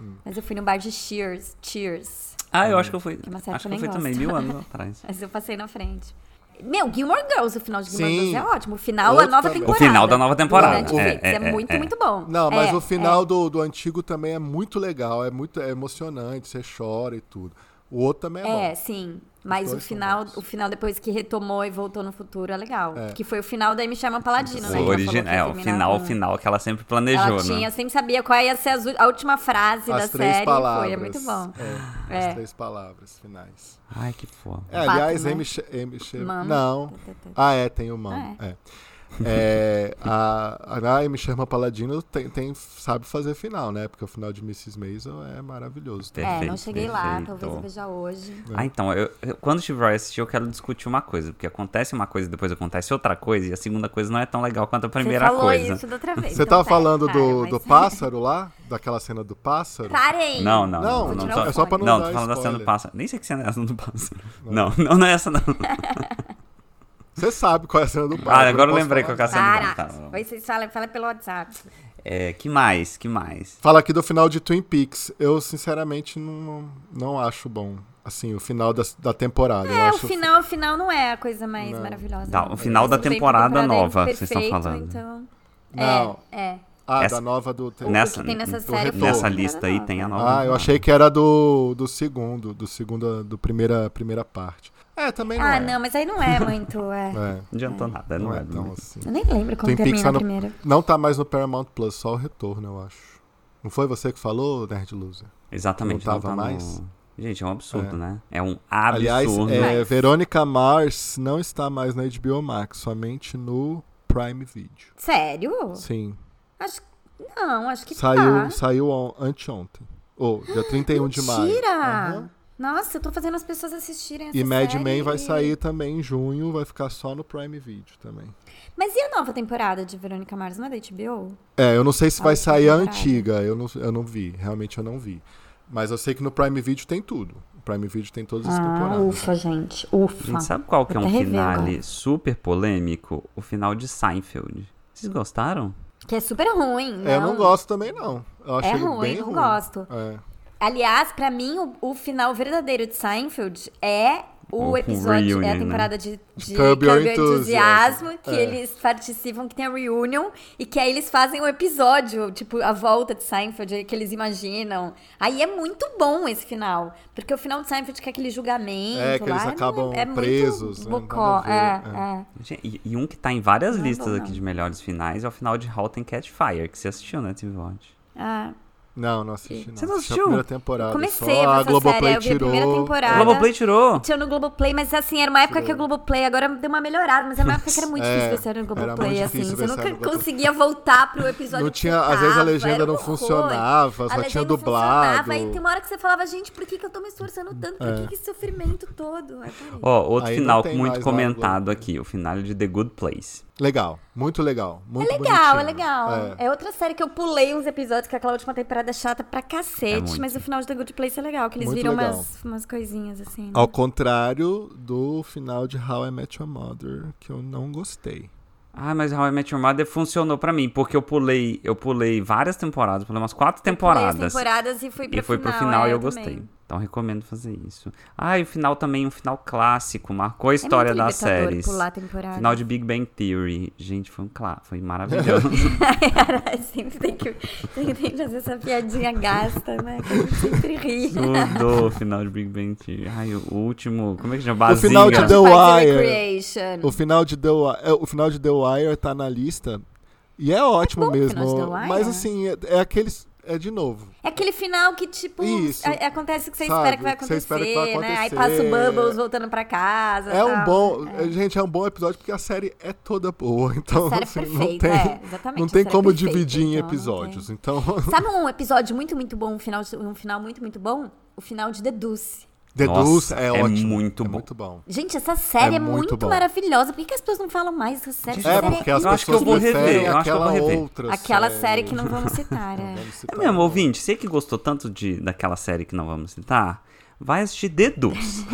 [SPEAKER 3] Hum.
[SPEAKER 1] Mas eu fui no bar de Cheers, Cheers.
[SPEAKER 2] Ah, eu acho que eu fui.
[SPEAKER 1] é uma série
[SPEAKER 2] acho
[SPEAKER 1] que
[SPEAKER 2] que
[SPEAKER 1] eu
[SPEAKER 2] eu fui
[SPEAKER 1] nem
[SPEAKER 2] também
[SPEAKER 1] gosto.
[SPEAKER 2] mil anos atrás.
[SPEAKER 1] Mas eu passei na frente. Meu, Gilmore Girls, o final de Gilmore
[SPEAKER 3] Sim.
[SPEAKER 1] Girls é ótimo. O final da
[SPEAKER 3] Outro
[SPEAKER 1] nova
[SPEAKER 3] também. O
[SPEAKER 1] temporada.
[SPEAKER 2] final da nova
[SPEAKER 1] do
[SPEAKER 2] temporada,
[SPEAKER 1] Netflix,
[SPEAKER 2] é,
[SPEAKER 1] É,
[SPEAKER 2] é, é,
[SPEAKER 1] muito,
[SPEAKER 2] é.
[SPEAKER 1] muito bom.
[SPEAKER 3] Não, mas
[SPEAKER 1] É,
[SPEAKER 3] o final do, do antigo também é muito legal. É muito é emocionante, você chora e tudo. O outro também é,
[SPEAKER 1] É,
[SPEAKER 3] bom.
[SPEAKER 1] sim. Mas o
[SPEAKER 3] dois são
[SPEAKER 1] final,
[SPEAKER 3] bons.
[SPEAKER 1] o final depois que retomou e voltou no futuro é legal.
[SPEAKER 3] É.
[SPEAKER 1] Que foi o final da Me Chama Paladino, né?
[SPEAKER 2] O
[SPEAKER 1] que ela
[SPEAKER 2] original, é,
[SPEAKER 1] falou
[SPEAKER 2] o
[SPEAKER 1] que
[SPEAKER 2] final, o
[SPEAKER 1] terminava-
[SPEAKER 2] final que ela sempre planejou,
[SPEAKER 1] Ela
[SPEAKER 2] né?
[SPEAKER 1] tinha, sempre sabia qual ia ser as u- a última frase
[SPEAKER 3] As
[SPEAKER 1] da
[SPEAKER 3] três
[SPEAKER 1] série.
[SPEAKER 3] palavras.
[SPEAKER 1] Foi, é muito bom.
[SPEAKER 3] É,
[SPEAKER 1] É.
[SPEAKER 3] As três palavras finais.
[SPEAKER 2] Ai, que foda.
[SPEAKER 3] É,
[SPEAKER 1] Pato,
[SPEAKER 3] aliás,
[SPEAKER 1] né?
[SPEAKER 3] M. Sh- M. Sh-
[SPEAKER 1] Mama.
[SPEAKER 3] Não. Ah, é, tem o Mão.
[SPEAKER 1] Ah,
[SPEAKER 3] é. É, a, a M. Sherman Paladino tem, tem- sabe fazer final, né? Porque o final de Mrs. Maisel é maravilhoso.
[SPEAKER 1] é, não
[SPEAKER 2] Perfeito,
[SPEAKER 1] cheguei lá,
[SPEAKER 2] perfeito.
[SPEAKER 1] talvez eu veja hoje.
[SPEAKER 2] Ah, então, eu, eu- quando o Steve Roy assistir, eu quero discutir uma coisa, porque acontece uma coisa, depois acontece outra coisa, e a segunda coisa não é tão legal quanto a primeira
[SPEAKER 1] Você falou
[SPEAKER 2] coisa.
[SPEAKER 1] isso da outra vez.
[SPEAKER 3] Você
[SPEAKER 1] então
[SPEAKER 3] tava
[SPEAKER 1] tá,
[SPEAKER 3] falando
[SPEAKER 1] cara,
[SPEAKER 3] do,
[SPEAKER 1] mas- Tá.
[SPEAKER 3] do pássaro lá? Daquela cena do pássaro?
[SPEAKER 1] Parem!
[SPEAKER 2] Não, não,
[SPEAKER 3] Não,
[SPEAKER 2] não,
[SPEAKER 1] vou
[SPEAKER 2] não,
[SPEAKER 1] tirar
[SPEAKER 2] tô-
[SPEAKER 1] o É só pra
[SPEAKER 3] não
[SPEAKER 2] não,
[SPEAKER 3] dar
[SPEAKER 2] tô falando da cena do
[SPEAKER 3] spoiler.
[SPEAKER 2] pássaro. Nem sei que cena é essa do pássaro. Não, não, não é essa não.
[SPEAKER 3] Você sabe qual é a cena do pássaro.
[SPEAKER 2] Ah,
[SPEAKER 3] eu
[SPEAKER 2] agora eu
[SPEAKER 3] posso
[SPEAKER 2] lembrei qual
[SPEAKER 3] falar.
[SPEAKER 2] que é a cena do
[SPEAKER 1] Para!
[SPEAKER 2] pássaro. Tá, tá, tá.
[SPEAKER 1] Aí vocês falam, fala pelo WhatsApp.
[SPEAKER 2] É, que mais, que mais?
[SPEAKER 3] Fala aqui do final de Twin Peaks. Eu, sinceramente, não, não acho bom. Assim, o final da, da temporada. eu
[SPEAKER 1] É, o
[SPEAKER 3] acho
[SPEAKER 1] final, o final não é a coisa mais maravilhosa.
[SPEAKER 2] Tá,
[SPEAKER 1] não.
[SPEAKER 2] o final
[SPEAKER 1] Mas
[SPEAKER 2] da
[SPEAKER 1] tudo bem,
[SPEAKER 2] temporada
[SPEAKER 1] porque a
[SPEAKER 2] nova,
[SPEAKER 1] é
[SPEAKER 2] vocês estão
[SPEAKER 1] imperfeito,
[SPEAKER 2] falando.
[SPEAKER 1] Então...
[SPEAKER 3] Não.
[SPEAKER 1] É, é.
[SPEAKER 3] Ah,
[SPEAKER 2] Essa- Né,
[SPEAKER 3] da nova do...
[SPEAKER 2] Nessa,
[SPEAKER 1] que tem nessa
[SPEAKER 2] do
[SPEAKER 1] série
[SPEAKER 2] retorno.
[SPEAKER 3] foi a
[SPEAKER 2] nessa
[SPEAKER 1] temporada
[SPEAKER 2] lista aí
[SPEAKER 1] nova.
[SPEAKER 2] tem a nova.
[SPEAKER 3] Ah, eu
[SPEAKER 2] temporada.
[SPEAKER 3] achei que era do, do segundo, do segundo, do primeira, primeira parte. É, também não
[SPEAKER 1] Ah,
[SPEAKER 3] é.
[SPEAKER 1] não, mas aí não é muito. É.
[SPEAKER 3] É,
[SPEAKER 2] Não adiantou nada, não,
[SPEAKER 3] não
[SPEAKER 2] é,
[SPEAKER 3] é tão assim.
[SPEAKER 1] Eu nem lembro como
[SPEAKER 3] Twin
[SPEAKER 1] termina
[SPEAKER 3] Peaks tá
[SPEAKER 1] a
[SPEAKER 3] no-
[SPEAKER 1] primeira.
[SPEAKER 3] Não tá mais no Paramount Plus, só o retorno, eu acho. Não foi você que falou, Nerd Loser?
[SPEAKER 2] Exatamente.
[SPEAKER 3] Não tava
[SPEAKER 2] tá no-
[SPEAKER 3] mais?
[SPEAKER 2] Gente, é um absurdo,
[SPEAKER 3] É.
[SPEAKER 2] né? É um absurdo.
[SPEAKER 3] Aliás, é,
[SPEAKER 1] Mas-
[SPEAKER 3] Verônica Mars não está mais na HBO Max, somente no Prime Video.
[SPEAKER 1] Sério?
[SPEAKER 3] Sim.
[SPEAKER 1] Acho... Não, acho que
[SPEAKER 3] saiu
[SPEAKER 1] tá.
[SPEAKER 3] saiu on, anteontem. Ou, dia 31 de maio.
[SPEAKER 1] Mentira!
[SPEAKER 3] Aham.
[SPEAKER 1] Nossa, eu tô fazendo as pessoas assistirem essa
[SPEAKER 3] E Mad
[SPEAKER 1] série.
[SPEAKER 3] Men vai sair também em junho, vai ficar só no Prime Video também.
[SPEAKER 1] Mas e a nova temporada de Verônica Mars? Não é da HBO?
[SPEAKER 3] É, eu não sei se
[SPEAKER 1] A
[SPEAKER 3] vai
[SPEAKER 1] última
[SPEAKER 3] sair a
[SPEAKER 1] temporada.
[SPEAKER 3] antiga, eu não, eu não vi, realmente eu não vi. Mas eu sei que no Prime Video tem tudo. O Prime Video tem todas as
[SPEAKER 1] Ah,
[SPEAKER 3] temporadas.
[SPEAKER 1] gente.
[SPEAKER 2] Gente,
[SPEAKER 1] Ufa.
[SPEAKER 2] sabe qual que é
[SPEAKER 1] Vou
[SPEAKER 2] um
[SPEAKER 1] até rever
[SPEAKER 2] finale
[SPEAKER 1] agora.
[SPEAKER 2] super polêmico? O final de Seinfeld. Vocês gostaram?
[SPEAKER 1] Que é super ruim. Não.
[SPEAKER 3] É, eu não gosto também, não. Eu
[SPEAKER 1] É
[SPEAKER 3] achei
[SPEAKER 1] ruim,
[SPEAKER 3] bem
[SPEAKER 1] não
[SPEAKER 3] ruim.
[SPEAKER 1] gosto.
[SPEAKER 3] É.
[SPEAKER 1] Aliás, pra mim, o, o final verdadeiro de Seinfeld é o
[SPEAKER 2] O
[SPEAKER 1] episódio, é
[SPEAKER 2] reunion,
[SPEAKER 1] a
[SPEAKER 2] né?
[SPEAKER 1] temporada de, de Curb
[SPEAKER 3] Curb Your
[SPEAKER 1] Your
[SPEAKER 3] Enthusiasm.
[SPEAKER 1] Enthusiasm, que
[SPEAKER 3] É.
[SPEAKER 1] eles participam, que tem a reunion, e que aí eles fazem um episódio, tipo, a volta de Seinfeld, aí que eles imaginam. Aí é muito bom esse final, porque o final de Seinfeld que é aquele julgamento
[SPEAKER 3] É, que eles
[SPEAKER 1] lá, não
[SPEAKER 3] acabam
[SPEAKER 1] é, é muito
[SPEAKER 3] presos, né?
[SPEAKER 1] Bocó.
[SPEAKER 3] Nada a ver,
[SPEAKER 1] é, é.
[SPEAKER 2] Gente, E, e um que tá em várias
[SPEAKER 1] Não,
[SPEAKER 2] listas
[SPEAKER 1] não,
[SPEAKER 2] aqui
[SPEAKER 1] não.
[SPEAKER 2] de melhores finais é o final de Halt and Catch Fire, que você assistiu, né, TV Watch?
[SPEAKER 1] Ah,
[SPEAKER 3] Não, não assisti, não.
[SPEAKER 2] Você não
[SPEAKER 3] Assisti a
[SPEAKER 2] assistiu?
[SPEAKER 3] primeira temporada.
[SPEAKER 1] comecei
[SPEAKER 3] só.
[SPEAKER 1] a ver
[SPEAKER 3] a
[SPEAKER 1] essa
[SPEAKER 3] Globoplay
[SPEAKER 1] série, eu vi a
[SPEAKER 3] tirou.
[SPEAKER 1] primeira
[SPEAKER 2] O
[SPEAKER 1] temporada.
[SPEAKER 2] Globoplay tirou!
[SPEAKER 1] Tinha no Globoplay, mas assim, era uma época que o Globoplay agora deu uma melhorada, mas era uma época que era muito
[SPEAKER 3] É,
[SPEAKER 1] difícil ver série no
[SPEAKER 3] era muito
[SPEAKER 1] Globoplay, assim. Você
[SPEAKER 3] difícil ver série
[SPEAKER 1] nunca
[SPEAKER 3] no Globoplay.
[SPEAKER 1] conseguia voltar pro episódio.
[SPEAKER 3] Não
[SPEAKER 1] que
[SPEAKER 3] tinha,
[SPEAKER 1] você
[SPEAKER 3] às vezes a
[SPEAKER 1] tava,
[SPEAKER 3] legenda
[SPEAKER 1] era
[SPEAKER 3] não
[SPEAKER 1] um horror.
[SPEAKER 3] funcionava,
[SPEAKER 1] A
[SPEAKER 3] só tinha
[SPEAKER 1] legenda não
[SPEAKER 3] dublado. É.
[SPEAKER 1] funcionava, Aí tem um uma hora que você falava, gente, por que, que eu tô me esforçando tanto? Por que, que esse sofrimento todo? Aí, peraí.
[SPEAKER 2] Ó, outro
[SPEAKER 3] Aí não
[SPEAKER 2] final
[SPEAKER 3] tem
[SPEAKER 2] muito
[SPEAKER 3] mais lá no
[SPEAKER 2] comentado
[SPEAKER 3] Globoplay.
[SPEAKER 2] aqui, o final de The Good Place.
[SPEAKER 3] Legal, muito legal. Muito
[SPEAKER 1] É legal, é
[SPEAKER 3] bonitinho.
[SPEAKER 1] legal. É. outra série que eu pulei uns episódios, que aquela última temporada é chata pra
[SPEAKER 2] É
[SPEAKER 1] cacete,
[SPEAKER 2] muito.
[SPEAKER 1] mas o final de The Good Place é legal, que eles
[SPEAKER 3] Muito
[SPEAKER 1] viram
[SPEAKER 3] legal.
[SPEAKER 1] umas, umas coisinhas assim. né?
[SPEAKER 3] Ao contrário do final de How I Met Your Mother, que eu não gostei.
[SPEAKER 2] Ah, mas How I Met Your Mother funcionou pra mim, porque eu pulei, eu pulei várias temporadas, pulei umas quatro temporadas.
[SPEAKER 1] Pulei as temporadas e fui pro
[SPEAKER 2] E foi pro
[SPEAKER 1] final,
[SPEAKER 2] final
[SPEAKER 1] é,
[SPEAKER 2] e eu
[SPEAKER 1] também.
[SPEAKER 2] gostei. Então recomendo fazer isso. Ah, e o final também, um final clássico, marcou a história
[SPEAKER 1] é muito
[SPEAKER 2] das
[SPEAKER 1] libertador
[SPEAKER 2] séries.
[SPEAKER 1] Pular a temporada.
[SPEAKER 2] Final de Big Bang Theory. Gente, foi um clá, foi maravilhoso.
[SPEAKER 1] sempre assim, tem que, tem que fazer essa piadinha gasta, né? Que a gente sempre ri.
[SPEAKER 2] Tudo, o final de Big Bang Theory. Ai, o último, como é que chama?
[SPEAKER 3] O
[SPEAKER 2] Bazinga.
[SPEAKER 3] final te deu- The
[SPEAKER 1] Parks and
[SPEAKER 3] Wire.
[SPEAKER 1] Recreation.
[SPEAKER 3] O final de The Wire, é, o final de The Wire tá na lista e é ótimo
[SPEAKER 1] bom o
[SPEAKER 3] mesmo.
[SPEAKER 1] final de The Wire.
[SPEAKER 3] Mas assim, é, é aqueles é de novo.
[SPEAKER 1] É aquele final que, tipo,
[SPEAKER 3] Isso.
[SPEAKER 1] a- acontece o que você
[SPEAKER 3] Sabe,
[SPEAKER 1] espera que vai
[SPEAKER 3] que você
[SPEAKER 1] acontecer,
[SPEAKER 3] espera que vai
[SPEAKER 1] né? Aí passa
[SPEAKER 3] acontecer.
[SPEAKER 1] o Bubbles voltando pra casa.
[SPEAKER 3] É um
[SPEAKER 1] tal.
[SPEAKER 3] bom, gente, é um bom episódio porque a série é toda boa, então
[SPEAKER 1] A série é
[SPEAKER 3] assim, não
[SPEAKER 1] perfeita,
[SPEAKER 3] tem,
[SPEAKER 1] é, exatamente,
[SPEAKER 3] não
[SPEAKER 1] a
[SPEAKER 3] tem
[SPEAKER 1] série é
[SPEAKER 3] como
[SPEAKER 1] perfeita,
[SPEAKER 3] dividir em
[SPEAKER 1] então, não
[SPEAKER 3] episódios.
[SPEAKER 1] tem.
[SPEAKER 3] Então,
[SPEAKER 1] Sabe um episódio muito, muito bom, um final, um final muito, muito bom? O final de The Deuce.
[SPEAKER 3] The
[SPEAKER 2] Nossa,
[SPEAKER 3] Deuce
[SPEAKER 2] é
[SPEAKER 3] é ótimo,
[SPEAKER 2] muito
[SPEAKER 3] é
[SPEAKER 2] bom.
[SPEAKER 3] muito bom.
[SPEAKER 1] Gente, essa série
[SPEAKER 3] É
[SPEAKER 1] é,
[SPEAKER 3] muito
[SPEAKER 1] muito,
[SPEAKER 3] bom.
[SPEAKER 1] maravilhosa. Por que, que as pessoas não falam mais dessa série? Essa
[SPEAKER 3] É
[SPEAKER 1] série
[SPEAKER 3] porque as
[SPEAKER 2] eu acho que eu
[SPEAKER 3] pessoas
[SPEAKER 2] vou rever,
[SPEAKER 3] preferem
[SPEAKER 2] eu acho que eu vou
[SPEAKER 3] aquela
[SPEAKER 2] rever.
[SPEAKER 3] outra
[SPEAKER 1] Aquela série que não vamos citar, é.
[SPEAKER 3] Vamos citar
[SPEAKER 2] É mesmo,
[SPEAKER 3] agora.
[SPEAKER 2] ouvinte, você que gostou tanto de, daquela série que não vamos citar, vai assistir Deduz.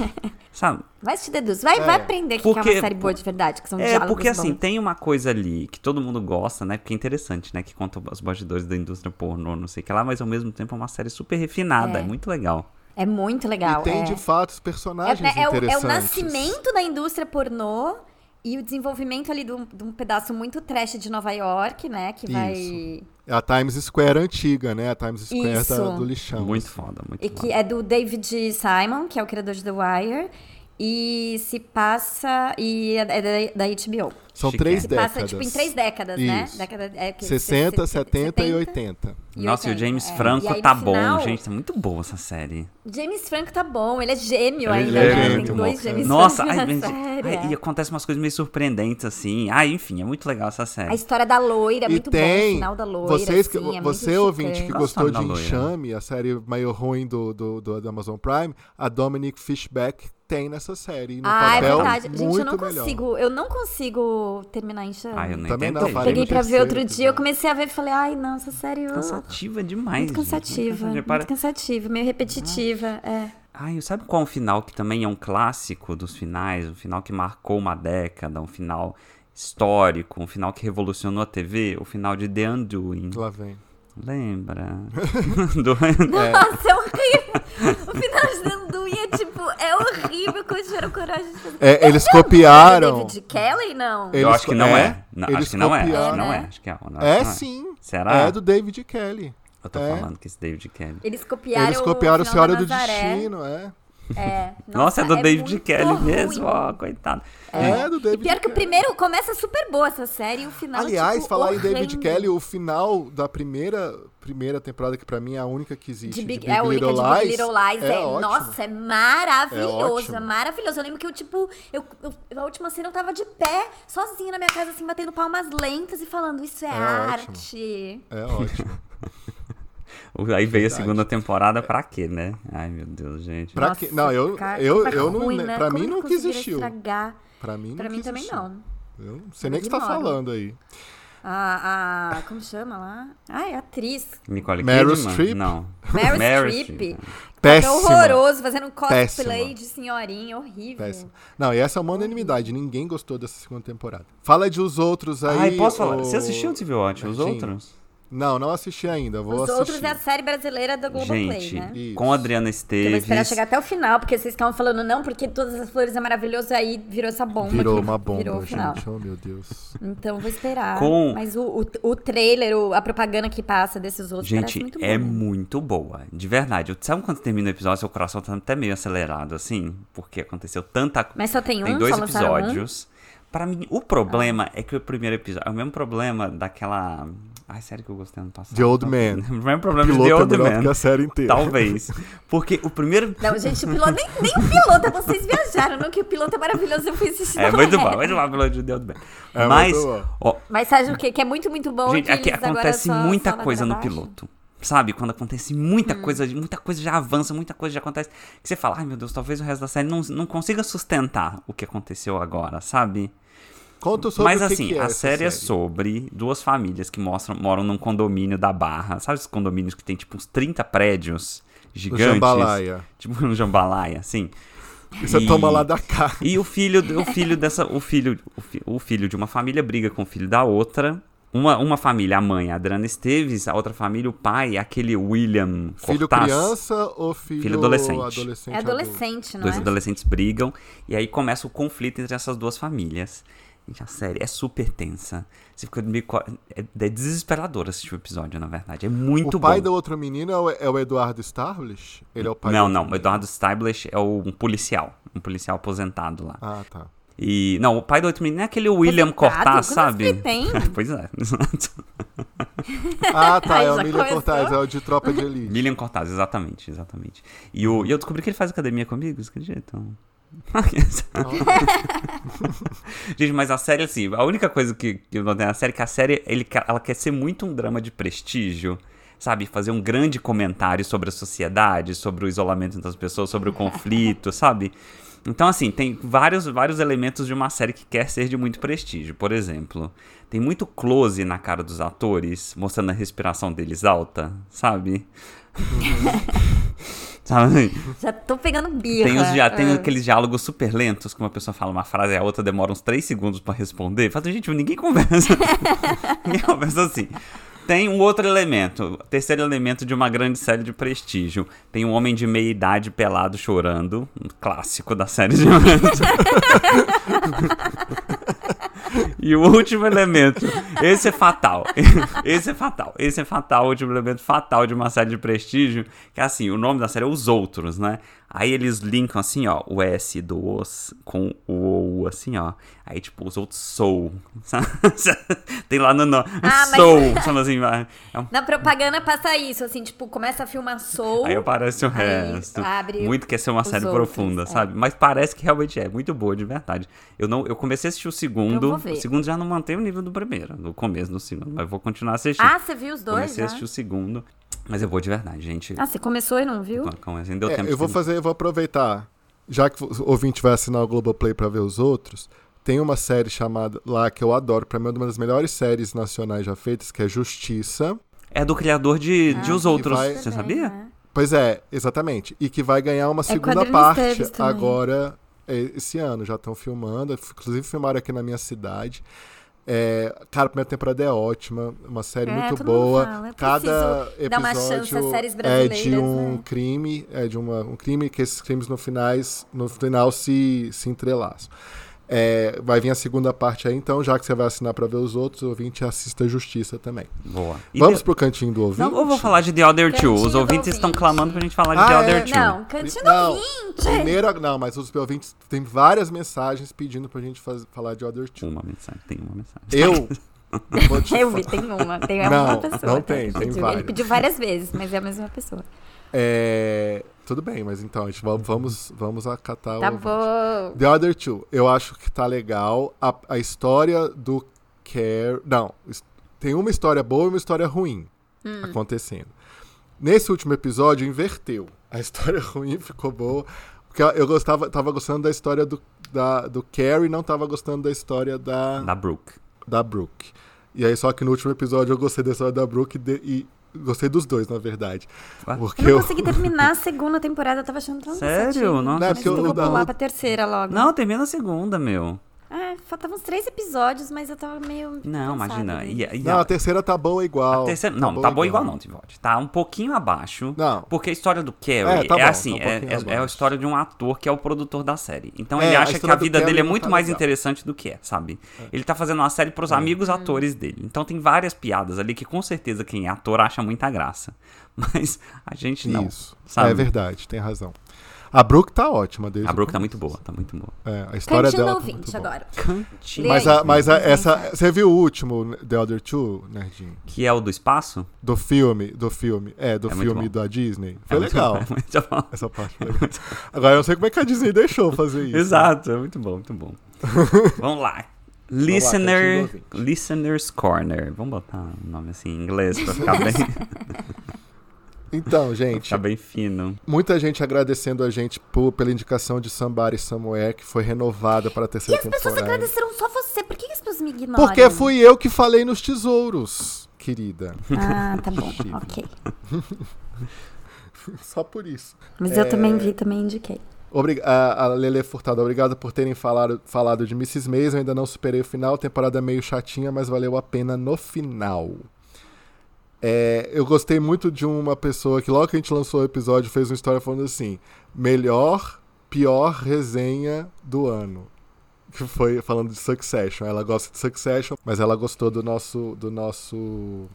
[SPEAKER 2] Sabe?
[SPEAKER 1] Vai se deduz, vai,
[SPEAKER 3] É.
[SPEAKER 1] vai aprender que,
[SPEAKER 2] Porque-
[SPEAKER 1] é uma série boa de verdade, que são
[SPEAKER 2] É,
[SPEAKER 1] diálogos
[SPEAKER 2] porque assim,
[SPEAKER 1] um bons.
[SPEAKER 2] tem uma coisa ali que todo mundo gosta, né? Porque é interessante, né? Que conta os bastidores da indústria pornô, não sei o que lá, mas ao mesmo tempo é uma série super refinada, é,
[SPEAKER 1] É.
[SPEAKER 2] muito legal.
[SPEAKER 1] É muito
[SPEAKER 3] E
[SPEAKER 1] legal. é.
[SPEAKER 3] tem de fato os
[SPEAKER 1] É,
[SPEAKER 3] personagens
[SPEAKER 1] né, é o, é o
[SPEAKER 3] interessantes.
[SPEAKER 1] nascimento da indústria pornô e o desenvolvimento ali de um, de um pedaço muito trash de Nova York, né? Que vai.
[SPEAKER 3] Isso. É a Times Square antiga, né? A Times Square da-
[SPEAKER 1] Isso.
[SPEAKER 3] do lixão.
[SPEAKER 2] Muito foda, muito
[SPEAKER 1] E
[SPEAKER 2] foda.
[SPEAKER 1] que é do David Simon, que é o criador de The Wire. E se passa. E é da, da HBO.
[SPEAKER 3] São
[SPEAKER 2] Chique.
[SPEAKER 3] três
[SPEAKER 1] Se
[SPEAKER 3] décadas.
[SPEAKER 1] passa, tipo, em três décadas, né?
[SPEAKER 3] Isso.
[SPEAKER 1] Década, é, que-
[SPEAKER 3] 60, 70 e 80.
[SPEAKER 2] Nossa, e o
[SPEAKER 1] 80,
[SPEAKER 2] James
[SPEAKER 1] é.
[SPEAKER 2] Franco
[SPEAKER 1] E aí, no
[SPEAKER 2] tá
[SPEAKER 1] final-
[SPEAKER 2] bom, gente. Tá muito boa essa série.
[SPEAKER 1] James Franco tá bom, ele é gêmeo
[SPEAKER 2] Ele
[SPEAKER 1] ainda.
[SPEAKER 2] é
[SPEAKER 1] né?
[SPEAKER 2] gêmeo,
[SPEAKER 1] Tem
[SPEAKER 3] muito
[SPEAKER 1] dois
[SPEAKER 3] bom.
[SPEAKER 1] gêmeos
[SPEAKER 2] Nossa,
[SPEAKER 1] Franco
[SPEAKER 2] ai,
[SPEAKER 1] na
[SPEAKER 2] gente,
[SPEAKER 1] série, é.
[SPEAKER 2] ai, e acontece umas coisas meio surpreendentes, assim. Ah, enfim, é muito legal essa série.
[SPEAKER 1] A história da loira é muito
[SPEAKER 3] e
[SPEAKER 1] bom, o
[SPEAKER 3] tem.
[SPEAKER 1] final da loira.
[SPEAKER 3] vocês que,
[SPEAKER 1] assim, é muito
[SPEAKER 3] você, ouvinte, que
[SPEAKER 1] chocante.
[SPEAKER 2] Qual
[SPEAKER 3] gostou
[SPEAKER 2] o
[SPEAKER 3] de
[SPEAKER 2] nome da loira?
[SPEAKER 3] Enxame, a série meio ruim do, do, do, do Amazon Prime, a Dominic Fishback tem nessa série. No
[SPEAKER 1] Ah, é
[SPEAKER 3] papel,
[SPEAKER 1] verdade.
[SPEAKER 3] Muito
[SPEAKER 1] Gente, eu não
[SPEAKER 3] melhor.
[SPEAKER 1] consigo. Eu não consigo terminar enxame.
[SPEAKER 2] Ah, eu nem
[SPEAKER 3] Também não,
[SPEAKER 2] tentei.
[SPEAKER 3] parei
[SPEAKER 1] Peguei
[SPEAKER 3] no
[SPEAKER 1] pra ver
[SPEAKER 3] terceiro
[SPEAKER 1] outro dia, eu comecei a ver e falei, ai, não, essa série. eu-
[SPEAKER 2] Cansativa demais.
[SPEAKER 1] Muito
[SPEAKER 2] gente, muito
[SPEAKER 1] cansativa.
[SPEAKER 2] cansativa.
[SPEAKER 1] Muito
[SPEAKER 2] Para-
[SPEAKER 1] cansativa, meio repetitiva. É.
[SPEAKER 2] Ai, sabe qual é um final que também é um clássico dos finais? Um final que marcou uma década, um final histórico, um final que revolucionou a TV? O final de The Undoing.
[SPEAKER 3] Lá vem.
[SPEAKER 2] Lembra? Do-
[SPEAKER 1] Nossa, é horrível. o final de Danduin é tipo, é horrível quando tiveram coragem de fazer.
[SPEAKER 3] É, eles
[SPEAKER 1] É
[SPEAKER 3] copiaram.
[SPEAKER 1] David Kelly, não.
[SPEAKER 3] Eles
[SPEAKER 2] Eu acho que
[SPEAKER 3] co-
[SPEAKER 2] não é.
[SPEAKER 3] é?
[SPEAKER 2] Não,
[SPEAKER 3] Eles
[SPEAKER 2] acho que não é. Acho que
[SPEAKER 3] copiaram.
[SPEAKER 2] não é.
[SPEAKER 1] É, né?
[SPEAKER 2] Acho que é. Não,
[SPEAKER 3] É
[SPEAKER 2] não
[SPEAKER 3] sim.
[SPEAKER 2] Será?
[SPEAKER 3] É do David Kelly.
[SPEAKER 2] Eu tô
[SPEAKER 3] É.
[SPEAKER 2] falando que esse David Kelly.
[SPEAKER 1] Eles copiaram,
[SPEAKER 3] Eles copiaram
[SPEAKER 1] o
[SPEAKER 3] o
[SPEAKER 1] final
[SPEAKER 3] Senhora
[SPEAKER 1] da
[SPEAKER 3] do
[SPEAKER 1] Nazaré.
[SPEAKER 3] Destino, é.
[SPEAKER 1] É.
[SPEAKER 2] Nossa, é do David
[SPEAKER 1] muito
[SPEAKER 2] Kelly
[SPEAKER 1] ruim.
[SPEAKER 2] mesmo, ó, coitado.
[SPEAKER 3] É,
[SPEAKER 2] Gente,
[SPEAKER 3] do
[SPEAKER 1] E
[SPEAKER 3] David
[SPEAKER 1] pior que o
[SPEAKER 3] Kelly.
[SPEAKER 1] primeiro começa super boa essa série e o final
[SPEAKER 3] Aliás,
[SPEAKER 1] tipo,
[SPEAKER 3] falar em David
[SPEAKER 1] horrendo.
[SPEAKER 3] Kelly, o final da primeira, primeira temporada, que pra mim é a única que existe,
[SPEAKER 1] De
[SPEAKER 3] de
[SPEAKER 1] Big,
[SPEAKER 3] Big
[SPEAKER 1] é a única
[SPEAKER 3] Little
[SPEAKER 1] de Big
[SPEAKER 3] Lies,
[SPEAKER 1] Little Lies. É,
[SPEAKER 3] ótimo.
[SPEAKER 1] Nossa, é
[SPEAKER 3] É
[SPEAKER 1] maravilhoso.
[SPEAKER 3] ótimo.
[SPEAKER 1] É, maravilhoso. Eu lembro que eu, tipo, eu, eu- a última cena eu tava de pé, sozinha na minha casa, assim, batendo palmas lentas e falando: Isso é, arte.
[SPEAKER 3] É ótimo.
[SPEAKER 2] Aí veio a
[SPEAKER 3] Verdade.
[SPEAKER 2] segunda temporada pra quê, né? Ai, meu Deus, gente.
[SPEAKER 3] Pra
[SPEAKER 1] Nossa,
[SPEAKER 3] que- não, eu-
[SPEAKER 1] cara,
[SPEAKER 3] eu-
[SPEAKER 1] que
[SPEAKER 3] eu não-
[SPEAKER 1] ruim, né?
[SPEAKER 3] pra
[SPEAKER 1] Como
[SPEAKER 3] mim
[SPEAKER 1] que
[SPEAKER 3] nunca
[SPEAKER 1] conseguiram
[SPEAKER 3] existiu.
[SPEAKER 1] Estragar?
[SPEAKER 3] Pra mim,
[SPEAKER 1] Pra
[SPEAKER 3] nunca
[SPEAKER 1] mim também
[SPEAKER 3] existiu.
[SPEAKER 1] não.
[SPEAKER 3] Eu não sei nem o que você tá
[SPEAKER 1] Ignoro.
[SPEAKER 3] falando aí.
[SPEAKER 1] A, a- Como chama lá? Ah, é atriz.
[SPEAKER 2] Nicole
[SPEAKER 3] Meryl
[SPEAKER 2] Kidman?
[SPEAKER 3] Streep?
[SPEAKER 2] Não.
[SPEAKER 1] Meryl Streep.
[SPEAKER 2] Streep.
[SPEAKER 1] Papel
[SPEAKER 3] Péssima.
[SPEAKER 1] horroroso, fazendo um cosplay
[SPEAKER 3] Péssima.
[SPEAKER 1] de senhorinha, horrível.
[SPEAKER 3] Péssimo. Não, e essa é uma unanimidade. Ninguém gostou dessa segunda temporada. Fala de os outros aí.
[SPEAKER 2] Ai, posso falar?
[SPEAKER 3] ô-
[SPEAKER 2] Você assistiu o TV Watch? Os
[SPEAKER 3] Sim.
[SPEAKER 2] outros?
[SPEAKER 3] Não, não assisti ainda. Vou
[SPEAKER 1] Os
[SPEAKER 3] assistir.
[SPEAKER 1] outros é a série brasileira da Globoplay,
[SPEAKER 2] Gente,
[SPEAKER 1] né?
[SPEAKER 3] Isso.
[SPEAKER 2] com a Adriana
[SPEAKER 1] Eu vou
[SPEAKER 2] Esteves.
[SPEAKER 1] esperar chegar até o final, porque vocês estavam falando não, porque todas as flores é maravilhoso, aí virou essa bomba.
[SPEAKER 3] Virou
[SPEAKER 1] que
[SPEAKER 3] uma bomba,
[SPEAKER 1] virou o final.
[SPEAKER 3] gente. Oh, meu Deus.
[SPEAKER 1] Então vou esperar.
[SPEAKER 2] Com-
[SPEAKER 1] Mas o, o, o trailer, o- a propaganda que passa desses outros parece
[SPEAKER 2] Gente,
[SPEAKER 1] muito
[SPEAKER 2] é
[SPEAKER 1] bom.
[SPEAKER 2] muito boa. De verdade. Eu- Sabe quando termina o episódio, seu coração tá até meio acelerado, assim? Porque aconteceu tanta coisa.
[SPEAKER 1] Mas só tem um, Ah.
[SPEAKER 2] Tem dois
[SPEAKER 1] só lançaram
[SPEAKER 2] episódios. Pra mim, o problema é que o primeiro episódio. É o mesmo problema daquela. Ai, sério que eu gostei ano passado.
[SPEAKER 3] The Old
[SPEAKER 2] Tá-
[SPEAKER 3] Man.
[SPEAKER 2] O mesmo problema de
[SPEAKER 3] Piloto
[SPEAKER 2] The
[SPEAKER 3] é
[SPEAKER 2] Old
[SPEAKER 3] melhor do que a
[SPEAKER 2] Man. Tá um
[SPEAKER 3] série inteira.
[SPEAKER 2] Talvez. Porque o primeiro.
[SPEAKER 1] um. Não, gente, o piloto, nem, nem o piloto, é- vocês viajaram, não que o piloto é maravilhoso, eu fui assistir.
[SPEAKER 2] É
[SPEAKER 1] na
[SPEAKER 2] muito
[SPEAKER 1] hora.
[SPEAKER 2] bom, muito bom, piloto de The Old Man.
[SPEAKER 3] É
[SPEAKER 2] Mas,
[SPEAKER 3] muito bom.
[SPEAKER 2] ó,
[SPEAKER 1] Mas sabe o quê? Que é muito, muito bom.
[SPEAKER 2] Gente,
[SPEAKER 1] que
[SPEAKER 2] aqui
[SPEAKER 1] eles agora
[SPEAKER 2] acontece
[SPEAKER 1] só-
[SPEAKER 2] muita
[SPEAKER 1] só
[SPEAKER 2] coisa no
[SPEAKER 1] ladeira abaixo.
[SPEAKER 2] piloto. Sabe? Quando acontece
[SPEAKER 1] Hum.
[SPEAKER 2] muita coisa, muita coisa já avança, muita coisa já acontece. Que você fala, ai meu Deus, talvez o resto da série não, não consiga sustentar o que aconteceu agora, sabe?
[SPEAKER 3] Conta sobre
[SPEAKER 2] Mas
[SPEAKER 3] o que
[SPEAKER 2] assim,
[SPEAKER 3] que é
[SPEAKER 2] a
[SPEAKER 3] essa
[SPEAKER 2] série, é
[SPEAKER 3] série.
[SPEAKER 2] sobre duas famílias que mostram, moram num condomínio da Barra. Sabe esses condomínios que tem tipo uns 30 prédios gigantes?
[SPEAKER 3] Jambalaya.
[SPEAKER 2] Tipo um jambalaya, assim.
[SPEAKER 3] Você
[SPEAKER 2] E-
[SPEAKER 3] toma lá da cá.
[SPEAKER 2] e o filho, o filho dessa, o filho, o, fi- o filho de uma família briga com o filho da outra. Uma, uma família, a mãe, a Adriana Esteves, a outra família, o pai, aquele William
[SPEAKER 3] Filho
[SPEAKER 2] Cortaz.
[SPEAKER 3] criança ou filho,
[SPEAKER 2] Filho adolescente.
[SPEAKER 1] É adolescente, não
[SPEAKER 2] Dois
[SPEAKER 1] é?
[SPEAKER 2] adolescentes brigam e aí começa o conflito entre essas duas famílias. Gente, a série é super tensa. Você fica meio co- é, é desesperador assistir o episódio, na verdade. É muito
[SPEAKER 3] o pai
[SPEAKER 2] bom.
[SPEAKER 3] do outro menino é o, é o Eduardo Starlish? Ele é o pai
[SPEAKER 2] Não,
[SPEAKER 3] do
[SPEAKER 2] não, o
[SPEAKER 3] outro
[SPEAKER 2] Eduardo Stablish é o- um policial, um policial aposentado lá.
[SPEAKER 3] menino? Ah, tá.
[SPEAKER 2] E não, o pai do outro menino é aquele William Cortaz,
[SPEAKER 1] Quantas
[SPEAKER 2] sabe?
[SPEAKER 1] que assim tem?
[SPEAKER 2] pois é.
[SPEAKER 3] Ah, tá.
[SPEAKER 1] Ai,
[SPEAKER 3] é o
[SPEAKER 1] já
[SPEAKER 3] Emílio
[SPEAKER 1] começou?
[SPEAKER 3] Cortaz, é o de Tropa de Elite.
[SPEAKER 2] Milian Cortaz, exatamente, exatamente. E, o, e eu descobri que ele faz academia comigo, vocês acreditam? Gente, mas a série, assim, a única coisa que, que eu notei na série é que a série, ele, quer- ela quer ser muito um drama de prestígio, sabe? Fazer um grande comentário sobre a sociedade, sobre o isolamento das pessoas, sobre o conflito, sabe? Então, assim, tem vários, vários elementos de uma série que quer ser de muito prestígio. Por exemplo, tem muito close na cara dos atores, mostrando a respiração deles alta, sabe? sabe?
[SPEAKER 1] Já tô pegando birra.
[SPEAKER 2] Tem, os dia- tem
[SPEAKER 1] Ah.
[SPEAKER 2] aqueles diálogos super lentos que uma pessoa fala uma frase e a outra demora uns três segundos pra responder. Fala, gente, ninguém conversa. ninguém conversa assim. Tem um outro elemento, terceiro elemento de uma grande série de prestígio. Tem um homem de meia idade pelado chorando, um clássico da série de E o último elemento, esse é fatal. Esse é fatal. Esse é fatal, o último elemento fatal de uma série de prestígio, que assim, o nome da série é Os Outros, né? Aí eles linkam assim, ó, o S do os com o ou, assim, ó. Aí, tipo, os outros sou. sabe? Tem lá no. no
[SPEAKER 1] Ah, mas-
[SPEAKER 2] sou. Sabe assim, vai. é um-
[SPEAKER 1] Na propaganda passa isso, assim, tipo, começa a filmar Soul.
[SPEAKER 2] Aí aparece o
[SPEAKER 1] Aí
[SPEAKER 2] resto.
[SPEAKER 1] abre
[SPEAKER 2] muito quer ser uma
[SPEAKER 1] os
[SPEAKER 2] série
[SPEAKER 1] outros,
[SPEAKER 2] profunda,
[SPEAKER 1] é.
[SPEAKER 2] sabe? Mas parece que realmente é. Muito boa, de verdade. Eu não, eu comecei a assistir o
[SPEAKER 1] Eu
[SPEAKER 2] segundo.
[SPEAKER 1] vou ver.
[SPEAKER 2] O segundo já não mantém o nível do primeiro, no começo do segundo. Mas vou continuar assistindo.
[SPEAKER 1] Ah, você viu os dois?
[SPEAKER 2] comecei
[SPEAKER 1] Já?
[SPEAKER 2] a assistir o segundo. Mas eu vou de verdade, gente.
[SPEAKER 1] Ah, você começou e não viu?
[SPEAKER 2] Como assim, deu
[SPEAKER 3] É,
[SPEAKER 2] tempo
[SPEAKER 3] eu vou
[SPEAKER 2] de-
[SPEAKER 3] fazer, eu vou aproveitar. Já que o ouvinte vai assinar o Globoplay pra ver os outros, tem uma série chamada lá que eu adoro, pra mim é uma das melhores séries nacionais já feitas, que é Justiça.
[SPEAKER 2] É do criador de, de Os Outros,
[SPEAKER 3] vai-
[SPEAKER 2] você
[SPEAKER 1] Ah, Também,
[SPEAKER 2] sabia?
[SPEAKER 1] né?
[SPEAKER 3] Pois é, exatamente. E que vai ganhar uma segunda
[SPEAKER 1] Quadrinhos
[SPEAKER 3] parte
[SPEAKER 1] Teves também.
[SPEAKER 3] agora eh, esse ano. Já estão filmando, inclusive filmaram aqui na minha cidade. É, cara, a primeira temporada é ótima, uma série
[SPEAKER 1] É,
[SPEAKER 3] muito
[SPEAKER 1] todo mundo
[SPEAKER 3] boa.
[SPEAKER 1] fala, eu
[SPEAKER 3] Cada
[SPEAKER 1] preciso
[SPEAKER 3] episódio
[SPEAKER 1] dar uma chance às séries
[SPEAKER 3] é de
[SPEAKER 1] brasileiras,
[SPEAKER 3] um
[SPEAKER 1] né?
[SPEAKER 3] crime, é de uma, um crime que esses crimes no finais, no final se, se entrelaçam. É, vai vir a segunda parte aí, então, já que você vai assinar pra ver os outros, o ouvinte assista Justiça também.
[SPEAKER 2] Boa. E
[SPEAKER 3] Vamos
[SPEAKER 2] de-
[SPEAKER 3] pro cantinho do ouvinte?
[SPEAKER 2] Não, eu vou falar de The Other Two.
[SPEAKER 1] Cantinho
[SPEAKER 2] Os
[SPEAKER 1] do
[SPEAKER 2] ouvintes estão
[SPEAKER 1] ouvinte.
[SPEAKER 2] clamando pra gente falar de
[SPEAKER 3] Ah,
[SPEAKER 2] The
[SPEAKER 3] é?
[SPEAKER 2] Other Two.
[SPEAKER 1] Não, cantinho
[SPEAKER 3] Não.
[SPEAKER 1] do ouvinte!
[SPEAKER 3] Primeira, não, mas os ouvintes tem várias mensagens pedindo pra gente faz- falar de Other Two.
[SPEAKER 2] Uma mensagem, tem uma mensagem.
[SPEAKER 3] Eu vou te
[SPEAKER 1] Eu
[SPEAKER 3] fa-
[SPEAKER 1] vi, tem uma. Tem uma
[SPEAKER 3] Não,
[SPEAKER 1] pessoa.
[SPEAKER 3] não
[SPEAKER 1] até
[SPEAKER 3] tem,
[SPEAKER 1] que
[SPEAKER 3] tem
[SPEAKER 1] pediu.
[SPEAKER 3] várias.
[SPEAKER 1] Ele pediu várias vezes, mas é a mesma pessoa.
[SPEAKER 3] É, tudo bem, mas então, a gente va- vamos, vamos acatar
[SPEAKER 1] Tá
[SPEAKER 3] o.
[SPEAKER 1] bom.
[SPEAKER 3] The Other Two, eu acho que tá legal. A, a história do Care. Não, es- tem uma história boa e uma história ruim
[SPEAKER 1] Hum.
[SPEAKER 3] acontecendo. Nesse último episódio, inverteu. A história ruim ficou boa. Porque eu gostava, tava gostando da história do, da, do Carrie, não tava gostando da história da.
[SPEAKER 2] Da Brooke.
[SPEAKER 3] da Brooke. E aí, só que no último episódio eu gostei da história da Brooke e de- e gostei dos dois, na verdade.
[SPEAKER 2] Ué?
[SPEAKER 3] Porque
[SPEAKER 1] Eu não
[SPEAKER 3] eu.
[SPEAKER 1] consegui terminar a segunda temporada, eu tava achando tão
[SPEAKER 2] Sério?
[SPEAKER 1] cansativo.
[SPEAKER 2] Nossa,
[SPEAKER 3] Não, é
[SPEAKER 1] Mas
[SPEAKER 3] porque
[SPEAKER 1] eu
[SPEAKER 3] eu-
[SPEAKER 1] vou
[SPEAKER 3] da-
[SPEAKER 1] pular pra terceira logo.
[SPEAKER 2] Não, termina a segunda, meu.
[SPEAKER 1] Ah, faltavam uns três episódios, mas eu tava meio.
[SPEAKER 2] Não,
[SPEAKER 1] cansada
[SPEAKER 2] imagina.
[SPEAKER 1] dele.
[SPEAKER 2] E, e
[SPEAKER 3] Não,
[SPEAKER 2] a,
[SPEAKER 3] a terceira tá boa igual.
[SPEAKER 2] a terceira- Não, tá boa igual não, Tivote. Tá um pouquinho abaixo.
[SPEAKER 3] Não.
[SPEAKER 2] Porque a história do
[SPEAKER 3] É,
[SPEAKER 2] Carrie é,
[SPEAKER 3] tá bom,
[SPEAKER 2] assim,
[SPEAKER 3] tá um
[SPEAKER 2] é,
[SPEAKER 3] pouquinho
[SPEAKER 2] é- é a
[SPEAKER 3] abaixo.
[SPEAKER 2] história de um ator que é o produtor da série. Então
[SPEAKER 3] É,
[SPEAKER 2] ele
[SPEAKER 3] a
[SPEAKER 2] acha que
[SPEAKER 3] história
[SPEAKER 2] a
[SPEAKER 3] do
[SPEAKER 2] vida
[SPEAKER 3] Carrie
[SPEAKER 2] dele é
[SPEAKER 3] não
[SPEAKER 2] muito
[SPEAKER 3] tá
[SPEAKER 2] mais
[SPEAKER 3] legal. É.
[SPEAKER 2] interessante do que é, sabe? Ele tá fazendo uma série pros amigos atores dele. Então tem várias piadas ali que com certeza quem é ator acha muita graça. Mas a gente não.
[SPEAKER 3] Isso.
[SPEAKER 2] sabe?
[SPEAKER 3] É verdade, tem razão. A Brooke tá ótima desde
[SPEAKER 2] A
[SPEAKER 3] o
[SPEAKER 2] Brooke tá muito boa, tá muito boa.
[SPEAKER 3] começo. É, a história
[SPEAKER 1] Cantinho do
[SPEAKER 3] dela. Tá
[SPEAKER 1] ouvinte
[SPEAKER 3] muito boa.
[SPEAKER 1] agora.
[SPEAKER 2] Cantinho.
[SPEAKER 1] Lê
[SPEAKER 3] Mas,
[SPEAKER 1] aí.
[SPEAKER 3] a, mas a- essa. Você viu o último, The Other Two, Nerdinho?
[SPEAKER 2] Que é o do espaço?
[SPEAKER 3] Do filme, do filme. É, do
[SPEAKER 2] É muito
[SPEAKER 3] filme
[SPEAKER 2] bom.
[SPEAKER 3] da Disney. Foi
[SPEAKER 2] é muito
[SPEAKER 3] legal.
[SPEAKER 2] bom, é muito bom.
[SPEAKER 3] Essa parte foi legal. Agora eu não sei como é que a Disney deixou fazer isso.
[SPEAKER 2] Exato, é muito bom, muito bom. Vamos lá.
[SPEAKER 3] cantinho
[SPEAKER 2] Listener,
[SPEAKER 3] do ouvinte.
[SPEAKER 2] Listener's Corner. Vamos botar um nome assim em inglês pra ficar bem,
[SPEAKER 3] Então, gente,
[SPEAKER 2] ficar bem fino.
[SPEAKER 3] Muita gente agradecendo a gente por- pela indicação de Somebody Somewhere, que foi renovada para a
[SPEAKER 1] E
[SPEAKER 3] terceira
[SPEAKER 1] as pessoas
[SPEAKER 3] temporada.
[SPEAKER 1] agradeceram só você. Por que que as pessoas me ignoram?
[SPEAKER 3] Porque fui eu que falei nos tesouros, querida.
[SPEAKER 1] Ah, tá bom. ok.
[SPEAKER 3] Só por isso.
[SPEAKER 1] Mas eu também vi, também indiquei.
[SPEAKER 3] Obrig- a, a Lele Furtado, obrigado por terem falado, falado de Mrs. Maisel. Ainda não superei o final. Temporada é meio chatinha, mas valeu a pena no final. É, eu gostei muito de uma pessoa que logo que a gente lançou o episódio fez uma história falando assim: melhor, pior resenha do ano. Que foi falando de Succession. Ela gosta de Succession, mas ela gostou do nosso. do nosso.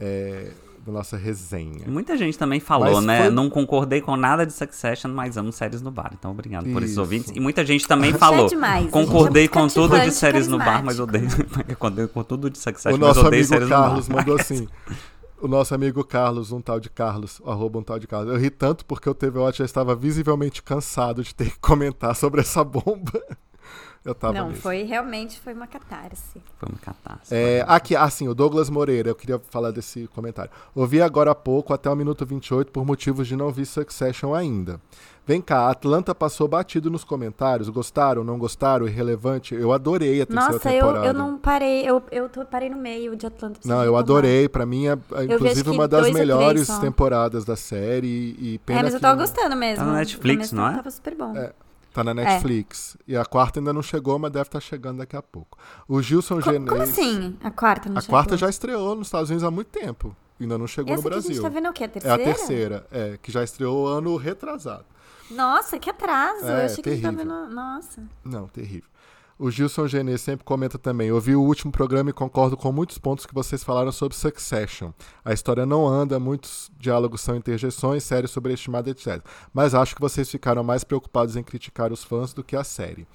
[SPEAKER 3] É, da nossa resenha.
[SPEAKER 2] Muita gente também falou,
[SPEAKER 3] Mas
[SPEAKER 2] né?
[SPEAKER 3] foi-
[SPEAKER 2] Não concordei com nada de Succession, mas amo séries no bar. Então, obrigado por esses
[SPEAKER 3] Isso.
[SPEAKER 2] ouvintes. E muita gente também falou.
[SPEAKER 1] é demais, gente,
[SPEAKER 2] Concordei
[SPEAKER 1] é muito
[SPEAKER 2] com tudo de
[SPEAKER 1] cativante,
[SPEAKER 2] séries no bar, mas odeio.
[SPEAKER 1] carismático.
[SPEAKER 2] Concordei com tudo Tá de Succession,
[SPEAKER 3] O
[SPEAKER 2] mas
[SPEAKER 3] nosso
[SPEAKER 2] odeio
[SPEAKER 3] amigo
[SPEAKER 2] séries
[SPEAKER 3] Carlos
[SPEAKER 2] no bar.
[SPEAKER 3] mandou assim. O nosso amigo Carlos, um tal de Carlos, arroba um tal de Carlos. Eu ri tanto porque o TV Watch já estava visivelmente cansado de ter que comentar sobre essa bomba. Eu tava
[SPEAKER 1] Não,
[SPEAKER 3] mesmo.
[SPEAKER 1] foi realmente foi uma catarse.
[SPEAKER 2] Foi uma catástrofe.
[SPEAKER 3] É, aqui, assim, o Douglas Moreira, eu queria falar desse comentário. Ouvi agora há pouco, até o minuto 28, por motivos de não vir Succession ainda. Vem cá, Atlanta passou batido nos comentários. Gostaram, não gostaram? Irrelevante? Eu adorei a terceira
[SPEAKER 1] Nossa, eu,
[SPEAKER 3] temporada.
[SPEAKER 1] eu não parei. Eu, eu tô, parei no meio de um Atlanta. preciso
[SPEAKER 3] Não, eu
[SPEAKER 1] retomar.
[SPEAKER 3] adorei. Pra mim, é, é,
[SPEAKER 1] vejo
[SPEAKER 3] inclusive,
[SPEAKER 1] que
[SPEAKER 3] uma das
[SPEAKER 1] dois ou três
[SPEAKER 3] melhores
[SPEAKER 1] só.
[SPEAKER 3] temporadas da série. E, e pena
[SPEAKER 1] É, mas eu
[SPEAKER 3] que
[SPEAKER 1] tava
[SPEAKER 3] não-
[SPEAKER 1] gostando mesmo.
[SPEAKER 2] Tá na
[SPEAKER 1] No
[SPEAKER 2] Netflix,
[SPEAKER 1] começo
[SPEAKER 2] não é?
[SPEAKER 1] Tava super bom.
[SPEAKER 3] É. Tá na Netflix. E a quarta ainda não chegou, mas deve estar chegando daqui a pouco. O Gilson
[SPEAKER 1] Co-
[SPEAKER 3] Genês.
[SPEAKER 1] como assim? A quarta não
[SPEAKER 3] um A
[SPEAKER 1] chegou?
[SPEAKER 3] quarta já estreou nos Estados Unidos há muito tempo. Ainda não chegou
[SPEAKER 1] Essa
[SPEAKER 3] no
[SPEAKER 1] que a gente
[SPEAKER 3] Brasil.
[SPEAKER 1] tá vendo é o quê? A
[SPEAKER 3] é a
[SPEAKER 1] terceira?
[SPEAKER 3] terceira, é, que já estreou ano retrasado.
[SPEAKER 1] Nossa, que atraso.
[SPEAKER 3] É,
[SPEAKER 1] eu achei que a gente tá
[SPEAKER 3] terrível.
[SPEAKER 1] vendo... Nossa.
[SPEAKER 3] Não, terrível. O Gilson Genê sempre comenta também. Eu vi o último programa e concordo com muitos pontos que vocês falaram sobre Succession. A história não anda, muitos diálogos são interjeções, série sobreestimada, etc. Mas acho que vocês ficaram mais preocupados em criticar os fãs do que a série.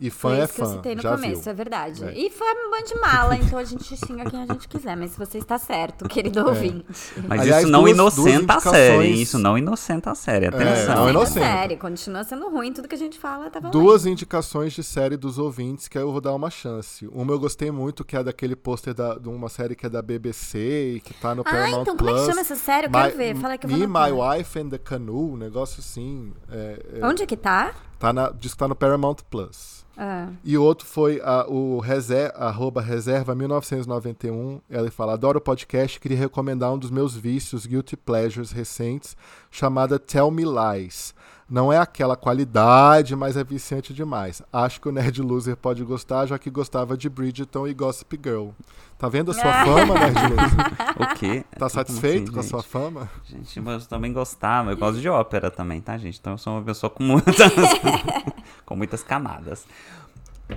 [SPEAKER 3] E fã
[SPEAKER 1] Foi
[SPEAKER 3] é
[SPEAKER 1] isso que eu
[SPEAKER 3] fã.
[SPEAKER 1] citei no
[SPEAKER 3] já
[SPEAKER 1] começo,
[SPEAKER 3] viu.
[SPEAKER 1] é verdade.
[SPEAKER 3] É.
[SPEAKER 1] E foi um bando de mala, então a gente xinga quem a gente quiser, mas você está certo,
[SPEAKER 3] É.
[SPEAKER 1] querido ouvinte.
[SPEAKER 2] Mas
[SPEAKER 3] Aliás,
[SPEAKER 2] isso não
[SPEAKER 3] duas-
[SPEAKER 2] inocenta
[SPEAKER 3] duas
[SPEAKER 2] a série, hein?
[SPEAKER 3] indicações-
[SPEAKER 2] Isso não inocenta a série,
[SPEAKER 3] É, não
[SPEAKER 2] atenção.
[SPEAKER 3] é
[SPEAKER 1] Sendo
[SPEAKER 3] inocente.
[SPEAKER 1] sério, continua sendo ruim, tudo que a gente fala tá valendo.
[SPEAKER 3] Duas indicações de série dos ouvintes que eu vou dar uma chance. Uma eu gostei muito, que é daquele pôster da- de uma série que é da BBC e que tá no
[SPEAKER 1] Ah,
[SPEAKER 3] Paramount
[SPEAKER 1] então
[SPEAKER 3] Plus.
[SPEAKER 1] como é que chama essa série? Eu quero ver, fala que eu vou
[SPEAKER 3] Me, My
[SPEAKER 1] anotar.
[SPEAKER 3] Wife and the Canoe, um negócio assim. É, é,
[SPEAKER 1] Onde que tá?
[SPEAKER 3] tá na, diz que tá no Paramount Plus.
[SPEAKER 1] Ah.
[SPEAKER 3] E o outro foi a- o reser, arroba reserva 1991. Ela fala: Adoro o podcast, queria recomendar um dos meus vícios, Guilty Pleasures recentes, chamada Tell Me Lies. Não é aquela qualidade, mas é viciante demais. Acho que o Nerd Loser pode gostar, já que gostava de Bridgerton e Gossip Girl. Tá vendo a sua
[SPEAKER 1] Ah.
[SPEAKER 3] fama, Nerd Loser?
[SPEAKER 2] O quê? Como
[SPEAKER 3] Tá
[SPEAKER 2] assim,
[SPEAKER 3] satisfeito com a
[SPEAKER 2] gente?
[SPEAKER 3] sua fama?
[SPEAKER 2] Gente, mas eu também gostava, eu gosto de ópera também, tá, gente? Então eu sou uma pessoa com muitas, com muitas camadas.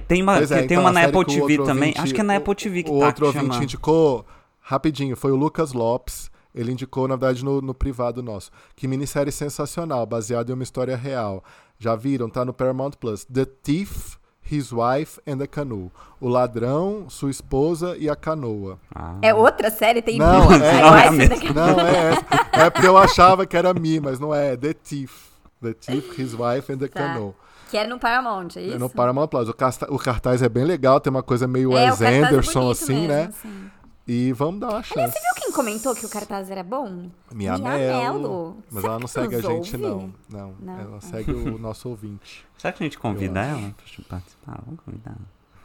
[SPEAKER 2] Tem uma,
[SPEAKER 3] Pois é,
[SPEAKER 2] Ah, tem
[SPEAKER 3] então,
[SPEAKER 2] uma
[SPEAKER 3] a
[SPEAKER 2] na
[SPEAKER 3] série
[SPEAKER 2] Apple
[SPEAKER 3] que o
[SPEAKER 2] TV
[SPEAKER 3] outro
[SPEAKER 2] também.
[SPEAKER 3] ouvinte-
[SPEAKER 2] Acho que é na
[SPEAKER 3] o-
[SPEAKER 2] Apple TV que
[SPEAKER 3] o
[SPEAKER 2] tá
[SPEAKER 3] outro
[SPEAKER 2] que
[SPEAKER 3] ouvinte
[SPEAKER 2] chama.
[SPEAKER 3] indicou, rapidinho, foi o Lucas Lopes. Ele indicou, na verdade, no, no privado nosso. Que minissérie sensacional, baseada em uma história real. Já viram? Tá no Paramount Plus. The Thief, His Wife and the Canoe. O Ladrão, Sua Esposa e a Canoa.
[SPEAKER 2] Ah.
[SPEAKER 1] É outra série? Tem
[SPEAKER 3] Não,
[SPEAKER 1] duas?
[SPEAKER 3] é-
[SPEAKER 1] Aí
[SPEAKER 2] não, é
[SPEAKER 1] vai
[SPEAKER 2] a
[SPEAKER 1] ser
[SPEAKER 2] mesma.
[SPEAKER 1] daqui-
[SPEAKER 3] Não, é essa. É porque eu achava que era Mi, mas não é. É The Thief. The Thief, His Wife and the
[SPEAKER 1] Tá.
[SPEAKER 3] Canoe.
[SPEAKER 1] Que era no Paramount, é
[SPEAKER 3] É
[SPEAKER 1] isso?
[SPEAKER 3] no Paramount Plus. O, casta- o cartaz é bem legal, tem uma coisa
[SPEAKER 1] É, o
[SPEAKER 3] meio Wes
[SPEAKER 1] cartaz é
[SPEAKER 3] Anderson,
[SPEAKER 1] bonito
[SPEAKER 3] assim,
[SPEAKER 1] mesmo,
[SPEAKER 3] né?
[SPEAKER 1] assim.
[SPEAKER 3] E vamos dar uma chance.
[SPEAKER 1] Aliás, você viu quem comentou que o cartaz era bom? Mia
[SPEAKER 3] Mia Mello.
[SPEAKER 1] Mello.
[SPEAKER 3] Mas
[SPEAKER 1] Será
[SPEAKER 3] ela
[SPEAKER 1] que
[SPEAKER 3] não segue a
[SPEAKER 1] nos
[SPEAKER 3] gente,
[SPEAKER 1] ouve?
[SPEAKER 3] não. Não,
[SPEAKER 1] Não.
[SPEAKER 3] ela segue o nosso ouvinte.
[SPEAKER 2] Será que a gente convida
[SPEAKER 3] Eu
[SPEAKER 2] ela pra participar? Vamos convidar.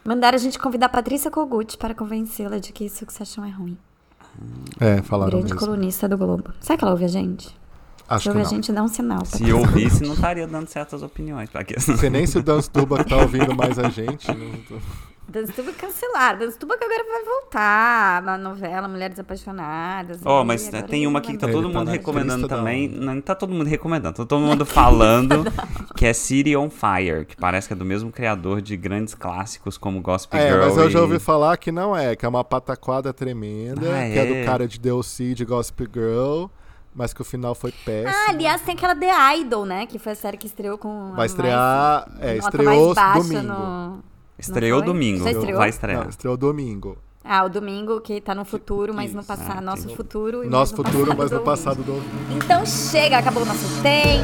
[SPEAKER 1] Mandaram a gente convidar a Patrícia Kogut para convencê-la de que Succession é ruim.
[SPEAKER 3] É, falaram
[SPEAKER 1] Grande
[SPEAKER 3] mesmo.
[SPEAKER 1] colunista do Globo. Será que ela ouve a gente? Se
[SPEAKER 3] Acho que
[SPEAKER 1] ouve a
[SPEAKER 3] não.
[SPEAKER 1] gente, dá um sinal.
[SPEAKER 2] Se eu ouvisse, não estaria dando certas opiniões. Pra quê?
[SPEAKER 3] Você nem se o Dance Tuba que tá ouvindo mais a gente. não tô-
[SPEAKER 1] Dancetuba cancelar. Dancetuba que agora vai voltar. Na novela Mulheres Apaixonadas.
[SPEAKER 2] Ó,
[SPEAKER 1] Aí,
[SPEAKER 2] mas
[SPEAKER 1] agora
[SPEAKER 2] tem
[SPEAKER 1] ele
[SPEAKER 2] uma
[SPEAKER 1] vai
[SPEAKER 2] aqui que tá
[SPEAKER 1] mais.
[SPEAKER 3] Ele
[SPEAKER 2] todo
[SPEAKER 3] tá
[SPEAKER 2] mundo
[SPEAKER 3] na
[SPEAKER 2] recomendando
[SPEAKER 3] lista da
[SPEAKER 2] também.
[SPEAKER 3] honra.
[SPEAKER 2] Não, não tá todo mundo recomendando, tá todo mundo falando que é City on Fire, que parece que é do mesmo criador de grandes clássicos como Gossip
[SPEAKER 3] É,
[SPEAKER 2] Girl.
[SPEAKER 3] mas eu já ouvi
[SPEAKER 2] e-
[SPEAKER 3] falar que não é, que é uma pataquada tremenda,
[SPEAKER 2] Ah,
[SPEAKER 3] que é.
[SPEAKER 2] é?
[SPEAKER 3] do cara de DLC, de Gossip Girl, mas que o final foi péssimo.
[SPEAKER 1] Ah, aliás, tem aquela The Idol, né? Que foi a série que estreou com. a
[SPEAKER 3] Vai estrear, é,
[SPEAKER 1] mais- Ah, nota
[SPEAKER 3] estreou
[SPEAKER 1] mais baixa
[SPEAKER 3] domingo.
[SPEAKER 1] no-
[SPEAKER 2] Estreou
[SPEAKER 1] Não foi?
[SPEAKER 2] domingo.
[SPEAKER 1] Já estreou?
[SPEAKER 2] Vai estrear.
[SPEAKER 3] Não, estreou domingo.
[SPEAKER 1] Ah, o domingo que tá no futuro, mas no passado.
[SPEAKER 2] Exato.
[SPEAKER 1] Nosso futuro e
[SPEAKER 3] Ah,
[SPEAKER 1] mas
[SPEAKER 3] Nosso
[SPEAKER 1] no
[SPEAKER 3] futuro,
[SPEAKER 1] passado
[SPEAKER 3] mas
[SPEAKER 1] do
[SPEAKER 3] no
[SPEAKER 1] ouvinte.
[SPEAKER 3] passado do ouvinte.
[SPEAKER 1] Então chega, acabou o nosso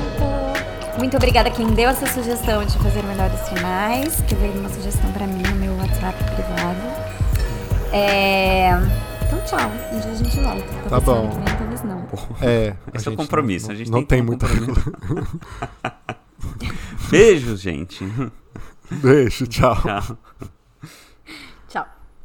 [SPEAKER 1] tempo. Muito obrigada a quem deu essa sugestão de fazer melhores finais, que veio uma sugestão pra mim no meu WhatsApp privado. É... Então tchau, um dia a gente volta. Talvez
[SPEAKER 3] Tá bom.
[SPEAKER 1] semana que vem, talvez então não.
[SPEAKER 3] É. a
[SPEAKER 2] Esse é o
[SPEAKER 3] gente
[SPEAKER 2] compromisso,
[SPEAKER 3] não-
[SPEAKER 2] a gente
[SPEAKER 3] não
[SPEAKER 2] tem que ter
[SPEAKER 3] tem
[SPEAKER 2] um
[SPEAKER 3] muita
[SPEAKER 2] Beijos, gente.
[SPEAKER 3] Beijo, tchau.
[SPEAKER 2] Tchau.